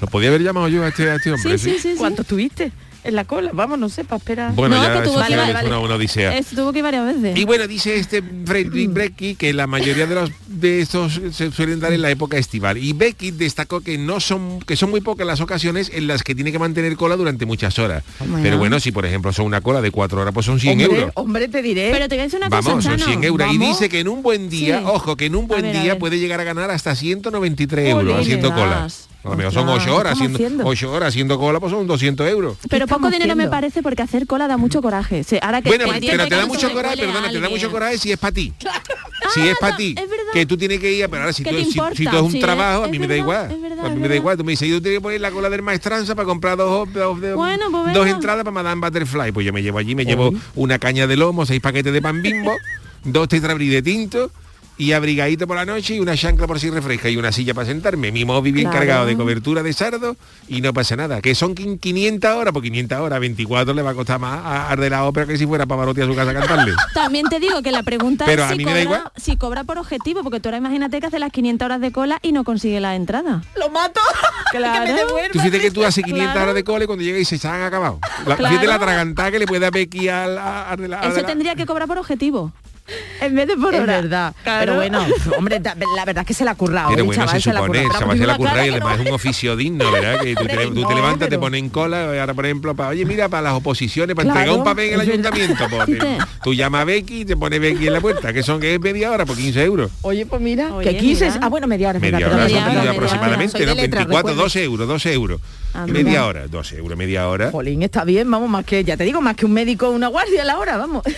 Lo podía haber llamado yo a este, a este hombre. Sí, sí, sí. sí. ¿Cuánto estuviste en la cola? Vamos, no sé, para esperar. Bueno, No, ya que eso tuvo que sí ir- es vale. una, una odisea. Eso tuvo que ir varias veces. Y bueno, dice este Frederick Mm. Brecky que la mayoría de los de estos se suelen dar en la época estival. Y Becky destacó que no son que son muy pocas las ocasiones en las que tiene que mantener cola durante muchas horas. Oh Pero bueno, si por ejemplo son una cola de cuatro horas, pues son 100 hombre, euros. hombre, te diré. Pero te voy a decir una Vamos, cosa, son Chano. 100 euros. Y Vamos. dice que en un buen día, Sí. ojo, que en un buen ver, a día ver. puede llegar a ganar hasta 193 euros Jolines. haciendo cola. A lo mejor son Ostras, ocho horas, ¿qué haciendo, estamos haciendo? ocho horas haciendo cola, pues son 200 euros. Pero poco estamos dinero me haciendo? parece porque hacer cola da mucho coraje. Se- ahora que bueno, que pero- entiendo pero te que da no se mucho le coraje, cuele a perdona, te da alguien. mucho coraje si es para ti. Si Ah, es para no, ti, es verdad. que tú tienes que ir, pero ahora si Que tú, te si- si importa, tú es un sí, es- trabajo, a es mí me da verdad, igual. es verdad, a mí es me da verdad. igual. Tú me dices, yo tengo que poner la cola del maestranza para comprar dos, dos, dos- Bueno, pues dos venga. entradas para Madame Butterfly. Pues yo me llevo allí, me llevo una caña de lomo, seis paquetes de pan (laughs) bimbo, dos tetrabris de tinto. Y abrigadito por la noche y una chancla por si refresca y una silla para sentarme. Mi móvil bien Claro. cargado de cobertura de sardo y no pasa nada. Que son quin- 500 horas, por 500 horas, 24 le va a costar más a- al de la ópera que si fuera Pavarotti a su casa a (laughs) cantarle. También te digo que la pregunta (laughs) Pero es a si mí me da cobra, igual. si cobra por objetivo, porque tú ahora imagínate que hace las 500 horas de cola y no consigue la entrada. ¡Lo mato! (laughs) Claro. que me ¿eh? Tú devuelvan. fíjate que tú haces 500 Claro. horas de cole cuando llega y se se han acabado. La, Claro. Fíjate la atragantada que le puede dar Becky al... a- al de la- al Ah, de Eso la- tendría que cobrar por objetivo. En vez de por Es hora. verdad. Pero bueno, hombre, da- la verdad es que se la ha currado. Pero el bueno, chaval se la ha supone, currado. se va a hacer la Una cara curra y que no además es un oficio digno, ¿verdad? Que tú te, Hombre, tú te (laughs) no, levantas, te pero- ponen cola, y ahora por ejemplo, para, oye, mira, para las oposiciones, para Claro, entregar un papel en el es verdad. ayuntamiento, pues, (laughs) te- Viste. tú llamas a Becky y te pone Becky en la puerta, que son que es media hora por 15 euros. Oye, pues mira, Oye, que 15... mira. Ah, bueno, media hora. es Media verdad, hora, son perdón, media perdón, hora, perdón, aproximadamente, soy de ¿no? letras, 24, recuerda. 12 euros, 12 euros. Ah, mira. Media hora, 12 euros, media hora. Jolín, está bien, vamos, más que, ya te digo, más que un médico una guardia a la hora, vamos. (laughs)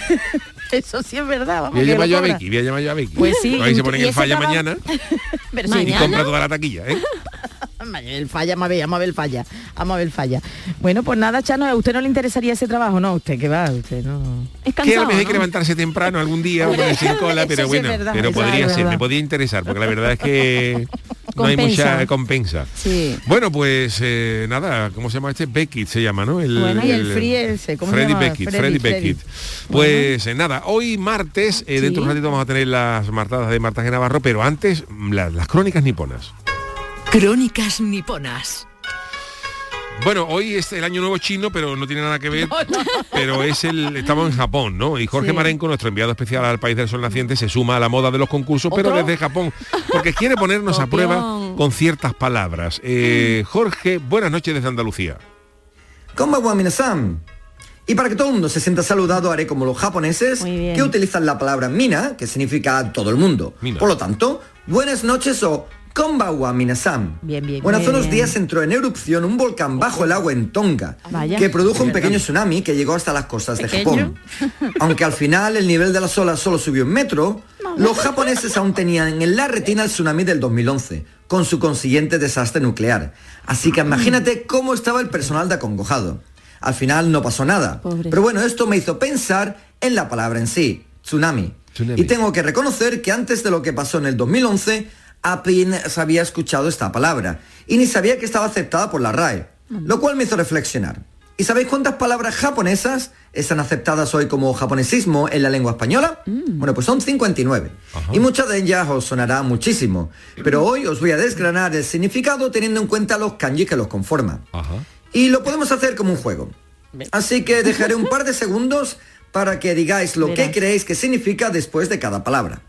Eso sí es verdad, vamos. Voy a que llamar lo yo a cobra. Becky, voy a llamar yo a Becky. Pues sí, Ahí y- se ponen y el ese falla trabajo- mañana (laughs) Pero y (laughs) Mañana. compra toda la taquilla, ¿eh? Mabel falla, Mabel, a Mabel falla, a Mabel falla. Bueno, pues nada, Chano, a usted no le interesaría ese trabajo, ¿no? Usted que va, usted no. Es que a lo cansado. mejor hay ¿no? que levantarse temprano algún día o ponerse en cola, Eso pero sí bueno, es verdad, pero eso podría es ser, verdad. me podría interesar, porque la verdad es (laughs) que no hay Compensa. mucha compensa. Sí. Bueno, pues eh, nada, ¿cómo se llama este? Beckett se llama, ¿no? El, Bueno, y el Free ese, ¿cómo se Freddy llama? Beckett, Freddy, Freddy, Beckett. Freddy. Pues eh, nada, hoy martes, eh, dentro de un Sí. ratito vamos a tener las martadas de Marta G. Navarro, pero antes mm, la- las crónicas niponas. Crónicas niponas. Bueno, hoy es el año nuevo chino, pero no tiene nada que ver. Pero es el estamos en Japón, ¿no? Y Jorge Sí. Marenco, nuestro enviado especial al país del sol naciente, se suma a la moda de los concursos, pero ¿Otro? desde Japón, porque quiere ponernos a Copión. Mm. prueba con ciertas palabras. Eh, Jorge, buenas noches desde Andalucía. Konbanwa minasan. Y para que todo el mundo se sienta saludado, haré como los japoneses Muy bien. que utilizan la palabra mina, que significa todo el mundo. Mina. Por lo tanto, buenas noches o konbawa minasan. Bien, bien, Bueno, hace bien. unos días entró en erupción un volcán bajo el agua en Tonga, Vaya. que produjo un pequeño tsunami que llegó hasta las costas de Pequeño. Japón. (laughs) Aunque al final el nivel de las olas solo subió un metro, los japoneses aún tenían en la retina el tsunami del 2011, con su consiguiente desastre nuclear. Así que imagínate cómo estaba el personal de acongojado. Al final no pasó nada. Pobre. Pero bueno, esto me hizo pensar en la palabra en sí, tsunami. Tsunami. Y tengo que reconocer que antes de lo que pasó en el 2011, apenas había escuchado esta palabra y ni sabía que estaba aceptada por la RAE, lo cual me hizo reflexionar. ¿Y sabéis cuántas palabras japonesas están aceptadas hoy como japonesismo en la lengua española? Bueno, pues son 59. Y muchas de ellas os sonará muchísimo. Pero hoy os voy a desgranar el significado teniendo en cuenta los kanji que los conforman. Ajá. Y lo podemos hacer como un juego. Así que dejaré (laughs) un par de segundos para que digáis lo Verás. que creéis que significa después de cada palabra.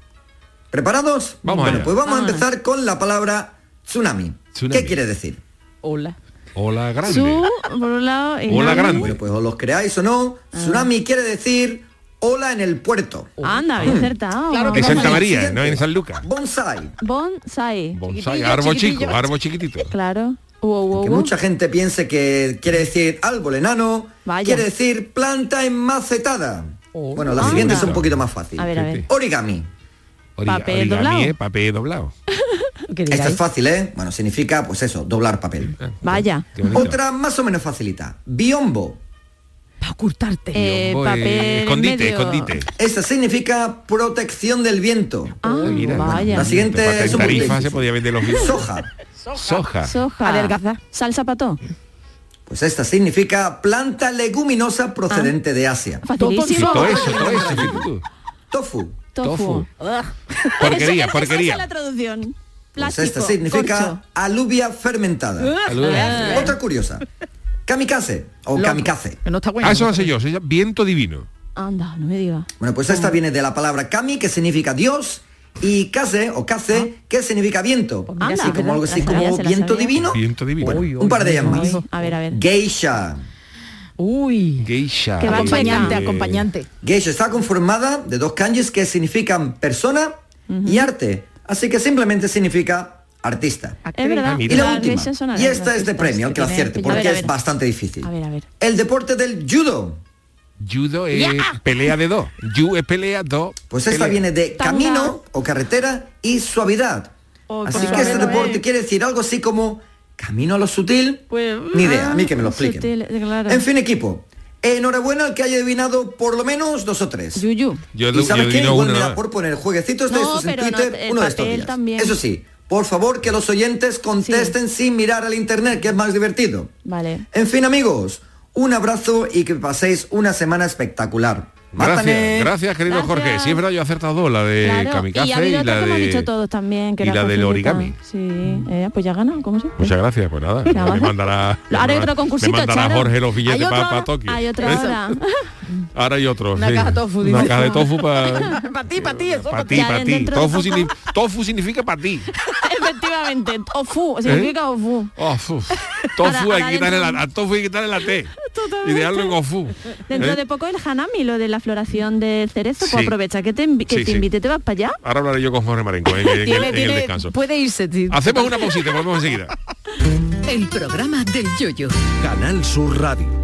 ¿Preparados? Vamos bueno, allá. pues vamos Vámonos. a empezar con la palabra tsunami. Tsunami. ¿Qué quiere decir? Hola. Hola grande. Su, por un lado. y Hola, nada. grande. Bueno, pues os los creáis o no, Ah. tsunami quiere decir ola en el puerto. Anda, bien acertado. Claro De que Santa Vamos, María, siguiente. ¿no? En San Lucas. Bonsai. Bonsai. Bonsai, Chiquitillo, árbol chico, chiquitillo. árbol chiquitito. Claro. Wow, wow, Que wow. mucha gente piense que quiere decir árbol enano, Vaya. quiere decir planta enmacetada. Oh. bueno, la Anda. siguiente es un poquito más fácil. A ver, a ver. Origami. Ori- Papel origami, doblado. ¿eh? Papel doblado. ¿Qué Esta es diráis? fácil, ¿eh? Bueno, significa, pues eso, doblar papel. Mm, Vaya. ah, Qué bonito. Otra más o menos facilita. Biombo. Para ocultarte. Eh, Biombo, eh, papel en escondite, medio. escondite. Esa significa protección del viento. Ah, Mira, vaya. La siguiente Para es un poquito tarifa se difícil. podía vender los vinos. Soja. Soja. Soja. Adelgazar. Salsa pató. Pues esta significa planta leguminosa Ah. procedente de Asia. Facilísimo. Todo eso, todo eso. fíjate tú. Tofu. Tofu. (laughs) Porquería, Esa- esa- Esa porquería. es la traducción. Pues Plástico. esta significa corcho. Ah. alubia fermentada. Ah. Saluda. Otra curiosa. Kamikaze o kamikaze. Que No está bueno. Ah, eso lo sé yo, se llama viento divino. Anda, no me digas. Bueno, pues Mm. esta viene de la palabra kami, que significa Dios, y kaze o kaze, que significa viento. mira, Así sí, como algo Ah. la así sabía, como se la viento sabía. divino. Viento divino. Uy, Un par de ellas más. Ay, A ver, a ver. Geisha. Uy. Geisha. Que va Acompañante, Eh, acompañante. Geisha está conformada de dos kanjis que significan persona y arte. Así que simplemente significa artista. Es verdad. Ah, Y mira. la Las última, veces son y esta artistas, es de premio, el que la tiene- acierte, A ver, porque a es ver. bastante difícil. A ver, a ver. El deporte del judo. Judo es pelea de dos. Yu es pelea, dos. Pues esta pelea. viene de Tanga. camino o carretera y suavidad. Oh, así pues que este suave no deporte es. quiere decir algo así como camino a lo sutil. Pues, Ni idea, ah, a mí que me lo sutil, expliquen. claro. En fin, equipo. Enhorabuena al que haya adivinado por lo menos dos o tres. Yuyu. Yo, y sabes qué? adivino Igual una me nada da más. por poner jueguecitos de No, esos en pero no, Twitter el uno de estos papel días. también. Eso sí, por favor que los oyentes contesten sin mirar al internet, que es más divertido. Vale. En fin, amigos, un abrazo y que paséis una semana espectacular. Mátane. Gracias, gracias querido Gracias. Jorge. Sí, es verdad, yo he acertado dos, la de Claro, Eh, Kamikaze y y, ha habido otra la que hemos de... dicho todos también, que y era la del facilita. origami. Sí, eh, pues ya ha ganado, ¿cómo se dice? (laughs) Muchas gracias, pues nada. Nada. Me mandará, Ahora hay me otro concursito, mandará Charo. Jorge los Hay billetes otro para ahora- Tokio. Hay otro ¿Eh? ahora. Ahora hay otro. Una sí. caja tofu, Una dice. caja de tofu para... Para ti, para ti, eso Para (laughs) pa' ti, Ya, para ti. dentro de Tofu, la signi- tofu significa para ti. (laughs) Efectivamente, tofu, ¿Eh? significa tofu. Oh, fu. tofu Ahora- hay ahora que quitarle dentro- la, a tofu hay que quitarle la T. Totalmente. Y dejarlo en ofu. Dentro ¿Eh? de poco el hanami, lo de la floración del cerezo, pues Sí. aprovecha que te, invi- que Sí, sí. te invite, te vas para allá. Ahora hablaré yo con Jorge Marenco en, en el- en Tiene- el tiene- descanso. puede irse, tío. Hacemos una pausita, volvemos enseguida. El programa del yoyo. Canal Sur Radio.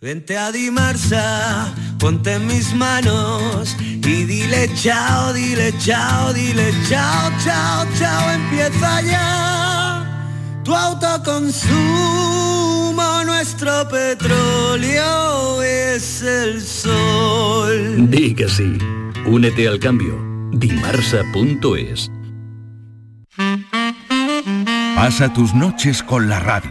Vente a Dimarsa, ponte en mis manos y dile chao, dile chao, dile chao, chao, chao, empieza ya. Tu autoconsumo, nuestro petróleo es el sol. Di que sí. Únete al cambio. Dimarsa.es. Pasa tus noches con la radio.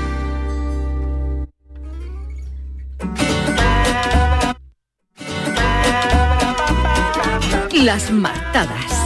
Las martadas.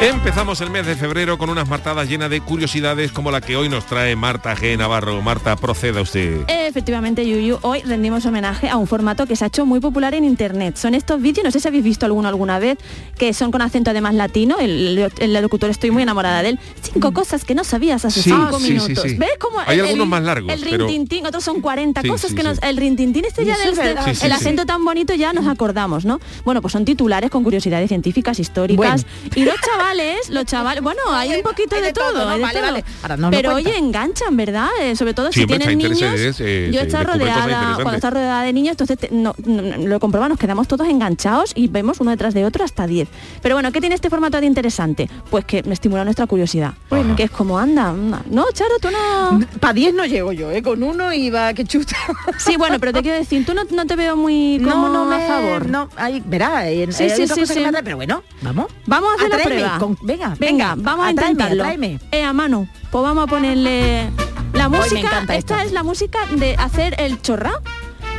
Empezamos el mes de febrero con unas martadas llenas de curiosidades como la que hoy nos trae Marta G. Navarro. Marta, proceda Eh, usted. Efectivamente, Yuyu, hoy rendimos homenaje a un formato que se ha hecho muy popular en Internet. Son estos vídeos, no sé si habéis visto alguno alguna vez, que son con acento además latino. El, el locutor, estoy muy enamorada de él. Cinco cosas que no sabías hace Mm. Sí, cinco sí, minutos. sí, sí. ¿Ves cómo Hay algunos más largos, El pero- rintintín, otros son 40 Sí, cosas sí, que nos... sí. El rintintín este ya Eso es del- verdad. Sí, sí, el sí. acento tan bonito ya nos acordamos, ¿no? Bueno, pues son titulares con curiosidades científicas, históricas. Y los chavales, los chavales, bueno, hay un poquito Hay de, de todo, ¿no? hay de Vale, todo. vale. Ahora nos lo Pero cuenta. oye, enganchan, ¿verdad? Eh, sobre todo Siempre si está tienen niños. interesante, eh, yo se está descubren cosas rodeada, cuando interesantes. está rodeada de niños, entonces te- no, no- lo comprueba, nos quedamos todos enganchados y vemos uno detrás de otro hasta 10. Pero bueno, ¿qué tiene este formato de interesante? Pues que estimula nuestra curiosidad. Bueno. Que es como anda, anda. No, Charo, tú (laughs) no. Para 10 no llego yo, ¿eh? Con uno iba que chuta. Sí, bueno, pero te quiero decir, tú no, (laughs) no te veo muy como a favor. No, hay, verá, hay, Sí, hay sí, otras sí, cosas que sí. me atraen, pero bueno, vamos. Vamos a hacer Atráeme, la prueba. con- venga, venga, vamos a atráeme, intentarlo. atráeme. Eh, a mano. Pues vamos a ponerle la me música. encanta esta esto. es la música de hacer el chorra.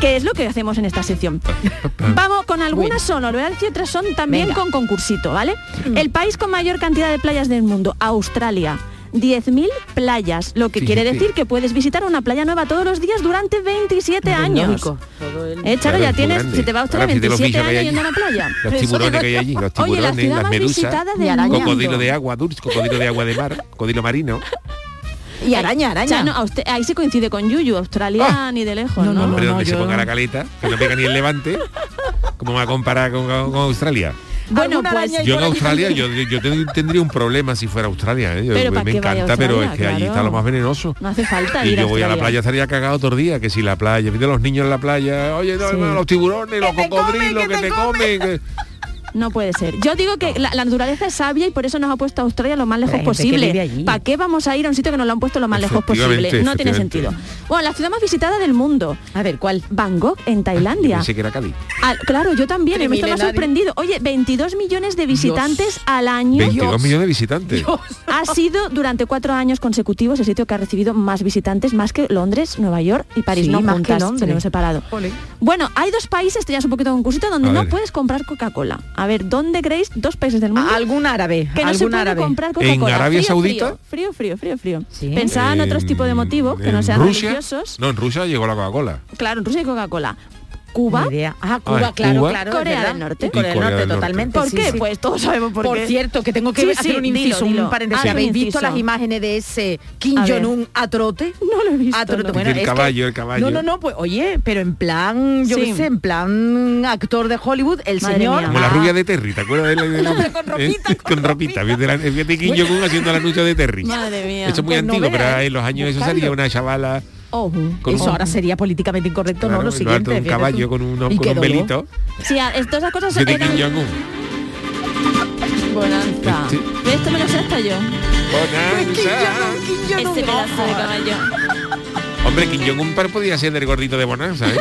que es lo que hacemos en esta sección. Vamos, con algunas son Orbeal y otras son también Venga. Mm. con concursito, ¿vale? El país con mayor cantidad de playas del mundo, Australia. 10.000 playas, lo que quiere Fíjate. decir que puedes visitar una playa nueva todos los días durante 27 años. Lógico. Eh, Claro, Charo, ya es muy tienes, grande. si te va a Australia, Ahora, fíjate los 27 bichos que años hay yendo a allí. la playa. Los tiburones que hay allí, los Oye, la tiburones, ciudad las más medusas, visitada del mundo. cocodrilo de agua dulce, cocodrilo de agua de mar, cocodrilo marino. Y araña, araña. ahí se coincide con Yuyu, Australia Ah. ni de lejos, ¿no? Hombre, donde se ponga la caleta, que no pega ni el levante. ¿Cómo va a comparar con, con- con Australia? Bueno, pues Yo en (laughs) Australia, yo, yo ten- tendría un problema si fuera Australia. ¿eh? Yo- Pero ¿para me qué vaya a encanta, pero es que Australia? allí Claro. está lo más venenoso. No hace falta Y ir yo voy a la playa, Australia. estaría cagado otro día, que si la playa, de los niños en la playa, oye, no, Sí. no, los tiburones, los cocodrilos, que te comen. que- No puede ser. Yo digo que la, la naturaleza es sabia y por eso nos ha puesto a Australia lo más lejos gente que vive posible. allí. ¿Para qué vamos a ir a un sitio que nos lo han puesto lo más lejos posible? Efectivamente, No tiene efectivamente. sentido. Bueno, la ciudad más visitada del mundo. A ver, ¿cuál? Bangkok, en Tailandia. Pensé que era Cádiz. Ah, claro, yo también, y me estaba Milenario. sorprendido. Oye, 22 millones de visitantes al año. 22 millones de visitantes. Ha sido durante cuatro años consecutivos el sitio que ha recibido más visitantes, más que Londres, Nueva York y París. Sí, no más que juntas, Londres. tenemos separado. Bueno, hay dos países, esto ya es un poquito concursito, donde A no ver. puedes comprar Coca-Cola. A ver, ¿dónde creéis dos países del mundo? Algún árabe. Mm. Que no se algún puede árabe. comprar ¿En Coca-Cola. Arabia Frío, Saudita? Frío, frío, frío, frío. Pensad en En- otros tipos de motivos que no ¿En sean Rusia? religiosos. No, en Rusia llegó la Coca-Cola. Claro, en Rusia hay Coca-Cola. Cuba. Ah, Cuba, Ah, claro, Cuba. claro, es Corea verdad. del Norte. Y Corea del Corea del Norte, Norte. totalmente, ¿Por sí, qué? sí. Pues todos sabemos por, Por qué. cierto, que tengo que Sí, hacer sí, un dilo, inciso, dilo. un paréntesis. Haz un Ah, ¿Habéis visto inciso. las imágenes de ese Kim A ver. Jong-un a trote? No lo he visto. A trote. no. Bueno, El es que- caballo, el caballo. No, no, no, pues oye, pero en plan, yo Sí. qué sé, en plan actor de Hollywood, el Madre señor... Como la rubia de Terry, ¿te acuerdas de la de la- Ah. (laughs) con eh, Con ropita. Fíjate la- fíjate Kim Jong-un haciendo el anuncio de Terry. Madre mía. Esto es muy Pues antiguo, novela, pero ¿eh? en los años eso Buscadlo. salía una chavala. Oh, Con eso un- ahora sería políticamente incorrecto, claro, ¿no? Lo en lo alto siguiente. de un fíjate caballo tú. con uno- con Y un quedó. Pues velito. Sí, a- estas esas cosas de Kim eran... Jong-un. Bonanza. Este- Esto me lo sé hasta yo. Pues Este pedazo de caballo. Hombre, Kim Jong-un par podía ser del gordito de Bonanza, (laughs) ¿eh?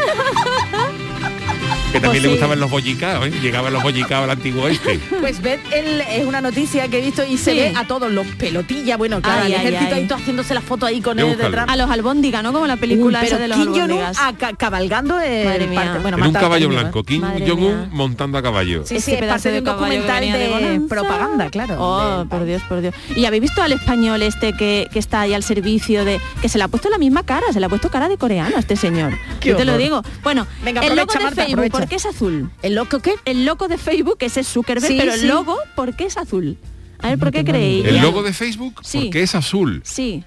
que también Pues le sí. gustaban los bollicaos, ¿eh? Llegaban los bollicaos al antiguo (laughs) este. Pues ved, él es una noticia que he visto y se Sí. ve a todos los pelotillas, bueno, claro, Ay, el ay, ejército ay. ahí todo haciéndose la foto ahí con Yo él búscalo. detrás. A los albóndigas, ¿no? Como la película Uy, esa pero de los Kim Jong-un albóndigas. a ca- cabalgando el Madre mía. parte- bueno, en un Marta caballo Antonio, ¿eh? blanco, Kim Madre mía. Jong-un montando a caballo. Sí, sí, es parte de un documental venía de, Bonanza. propaganda, claro. Oh, por Dios, por Dios. ¿Y habéis visto al español este que, que está ahí al servicio de... que se le ha puesto la misma cara, se le ha puesto cara de coreano a este señor? Qué Yo te lo horror. digo. Bueno, Venga, el logo aprovecha, de Marta, Facebook, aprovecha. ¿por qué es azul? ¿El loco qué? El logo de Facebook, ese es Zuckerberg, Sí, pero sí. el logo, ¿por qué es azul? A ver, ¿por qué creéis? El logo de Facebook, Sí. porque es azul. Sí,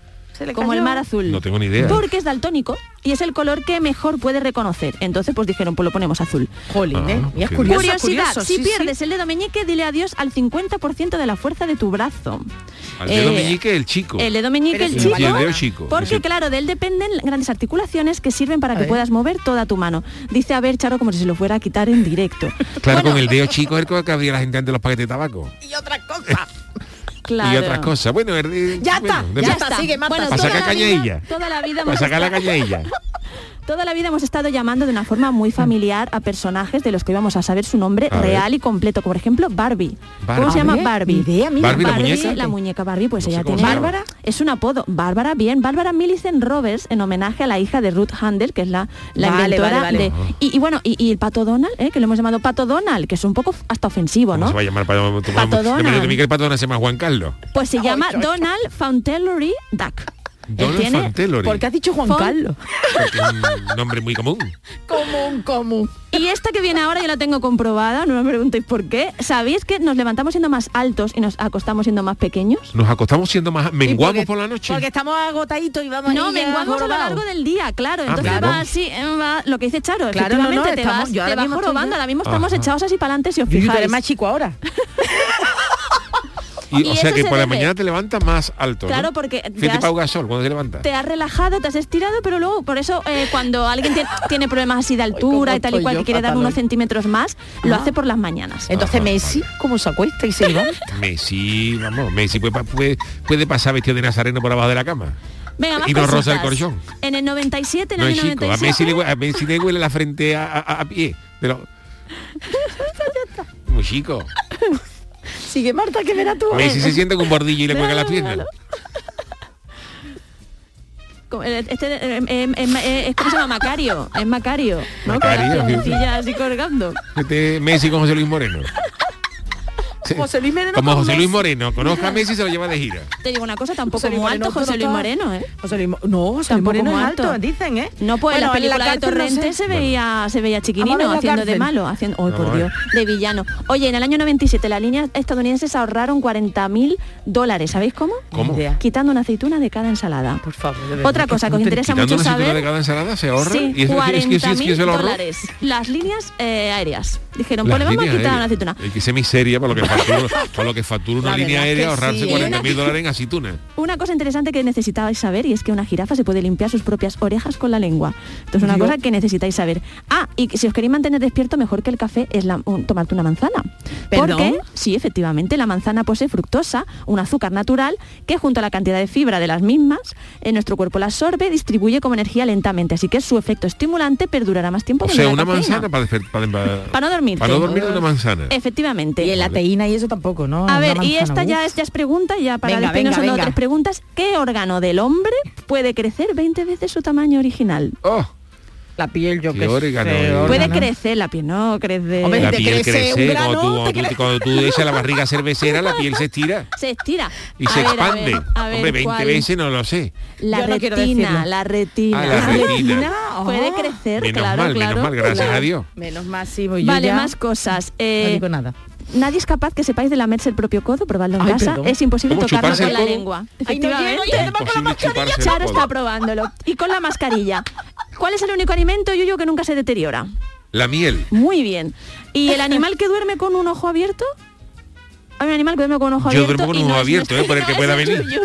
como el cayó. mar azul. No tengo ni idea. ¿eh? Porque es daltónico y es el color que mejor puede reconocer. Entonces, pues dijeron, pues lo ponemos azul. Jolín, ¿eh? Y es qué curioso, Curiosidad, curioso, sí, si sí. pierdes el dedo meñique, dile adiós al 50% de la fuerza de tu brazo. Al dedo Eh, meñique, el chico. El dedo meñique, Pero si el no chico, vale nada. Y el dedo chico. porque Sí. claro, de él dependen grandes articulaciones que sirven para A que ver. puedas mover toda tu mano. Dice, a ver, Charo, como si se lo fuera a quitar (laughs) en directo. Claro, con el dedo chico es el que abría la gente ante los paquetes de tabaco. Claro. Y otras cosas. Bueno, el de- Ya está, bueno, de- ya está. Sigue, Marta. Bueno, Para toda sacar la caña vida- ella. toda la vida Para hemos sacar la estado- caña (laughs) ella. Toda la vida hemos estado llamando de una forma muy familiar a personajes de los que íbamos a saber su nombre A ver. real y completo, como por ejemplo Barbie. Barbie. ¿Cómo se A llama ver, Barbie? ni idea, mira. Barbie, la muñeca. muñeca Barbie, pues No sé ella cómo tiene. se llama. Bárbara es un apodo. Bárbara, bien. Bárbara Millicent Roberts en homenaje a la hija de Ruth Handel, que es la, la Vale, inventora vale, vale. de. Ah. Y, y bueno, y, y el pato Donald, ¿eh? que lo hemos llamado pato Donald, que es un poco hasta ofensivo, No ¿no? se va a llamar para tomar- Pato de Donald. manera que el pato Donald se llama Juan Carlos. Pues se llama Donald Fountellory Duck. Él Donald tiene- Fantellory. Porque has dicho Juan Fon- Carlos. Porque es un nombre muy común. Común, común. Y esta que viene ahora yo la tengo comprobada, no me preguntéis por qué. ¿Sabéis que nos levantamos siendo más altos y nos acostamos siendo más pequeños? Nos acostamos siendo más. Menguamos por la noche. Porque estamos agotaditos y vamos No, ahí ya menguamos a lo jorobados. largo del día, claro. Ah, Entonces claro. va así, eh, va- lo que dice Charo, Claro, no, no, efectivamente te estamos- vas, yo ahora te vas mismo estoy yo- jorobando, ahora mismo estamos Ajá. echados así para adelante si os Yuyu, tú fijáis. eres más chico ahora. Y, y o sea eso que se por la debe. mañana te levantas más alto. Claro, ¿no? porque te Fíjate has- Pau Gasol cuando se levanta. te has relajado, te has estirado, pero luego, por eso, eh, cuando alguien (laughs) tie- tiene problemas así de altura y tal y estoy cual, yo que quiere dar fatal unos hoy. Eh, centímetros más, lo hace por las mañanas. Entonces Messi, ¿cómo se acuesta y se levanta? Messi, vamos, Messi puede, pa- puede, puede pasar vestido de nazareno por abajo de la cama. Venga, más y no rosa el cositas. colchón. En el 97, en No el es chico. A 97... Messi, le, hue- a Messi le huele la frente a, a- a pie. (laughs) Pero... Muy chico. Sigue Marta, que verás tú. Messi se siente con un bordillo y le cuelga las piernas. co- eh, este, eh, eh, eh, eh, es como se llama Macario, es Macario, ¿no? Con las Macario, sí. piernecillas así colgando. Este Messi con José Luis Moreno. Sí. (laughs) José Luis Moreno Como con José Luis Messi. Moreno. Conozca a Messi y se lo lleva de gira. Te digo una cosa, José tampoco Luis muy alto Moreno, José Luis ¿no? Moreno, ¿eh? José Luis Mo- no, José Luis Tampoco Moreno es muy alto. alto. dicen, ¿eh? No, pues Bueno, en la película de cárcel no Torrente sé. se veía se veía Vamos a chiquinino ver la haciendo de cárcel. malo, haciendo, ay, Vamos por a Dios, ver. de villano. Oye, en el año 97 las líneas estadounidenses ahorraron 40.000 dólares, ¿sabéis cómo? ¿Cómo? Ni idea. Quitando una aceituna de cada ensalada. Por favor. Otra cosa que os interesa Quitando mucho una cintura de saber cada ensalada se ahorra. Sí, y eso es- es que- es que- es que 40.000 se lo ahorró. dólares. Las líneas eh, aéreas. Dijeron, Las pues le vamos a líneas quitar una aéreas. aceituna. Eh, que sé miseria para lo (laughs) que factura, para lo que factura una La línea verdad es aérea que ahorrarse sí, ¿eh? 40.000 dólares en aceitunas. Una cosa interesante que necesitabais saber y es que una jirafa se puede limpiar sus propias orejas con la lengua. Entonces una Dios. cosa que necesitáis saber. Ah, y que si os queréis mantener despierto, mejor que el café es la- un- tomarte una manzana. ¿Perdón? Porque sí, efectivamente, la manzana posee fructosa, un azúcar natural, que junto a la cantidad de fibra de las mismas, en nuestro cuerpo la absorbe, distribuye como energía lentamente. Así que su efecto estimulante perdurará más tiempo O que sea, la una cafeína. manzana para, desper- para, para, Para no dormirte. para no dormir una manzana. Efectivamente. Y en la teína y eso tampoco, ¿no? A Una ver, y manzana, esta ya uf. es, ya es pregunta, ya para Venga, venga, despedirnos son venga. otras preguntas. ¿Qué órgano del hombre puede crecer 20 veces su tamaño original? Oh. La piel, yo Qué que órgano, eh. Puede órgano. crecer la piel, no Pues crece. la piel crece, cuando, tú, cuando, tú, cuando (laughs) tú echas la barriga cervecera, la piel se estira Se estira. y A se ver, a expande. ver, a ver, Hombre, 20 ¿cuál? veces no lo sé. La Yo no quiero retina, decirlo. la retina. Ah, la retina. Puede crecer, Menos claro, mal, claro. menos mal, gracias claro. a Dios. Menos masivo. Yo Vale, ya más cosas. Eh, no digo nada. Nadie es capaz que sepáis de lamerse el propio codo, probadlo en Ay, casa. perdón. Es imposible ¿Cómo tocarlo chuparse con el la codo? lengua. Ay, no llego, ya te marco la Imposible chuparse el Charo está codo. probándolo. Y con la mascarilla. ¿Cuál es el único alimento, Yuyu, que nunca se deteriora? La miel. Muy bien. ¿Y el animal que duerme con un ojo abierto? Hay un animal que duerme con un ojo Yo abierto. duermo con y un no ojo es- abierto, ¿eh? por el no que es pueda venir. Yuyu.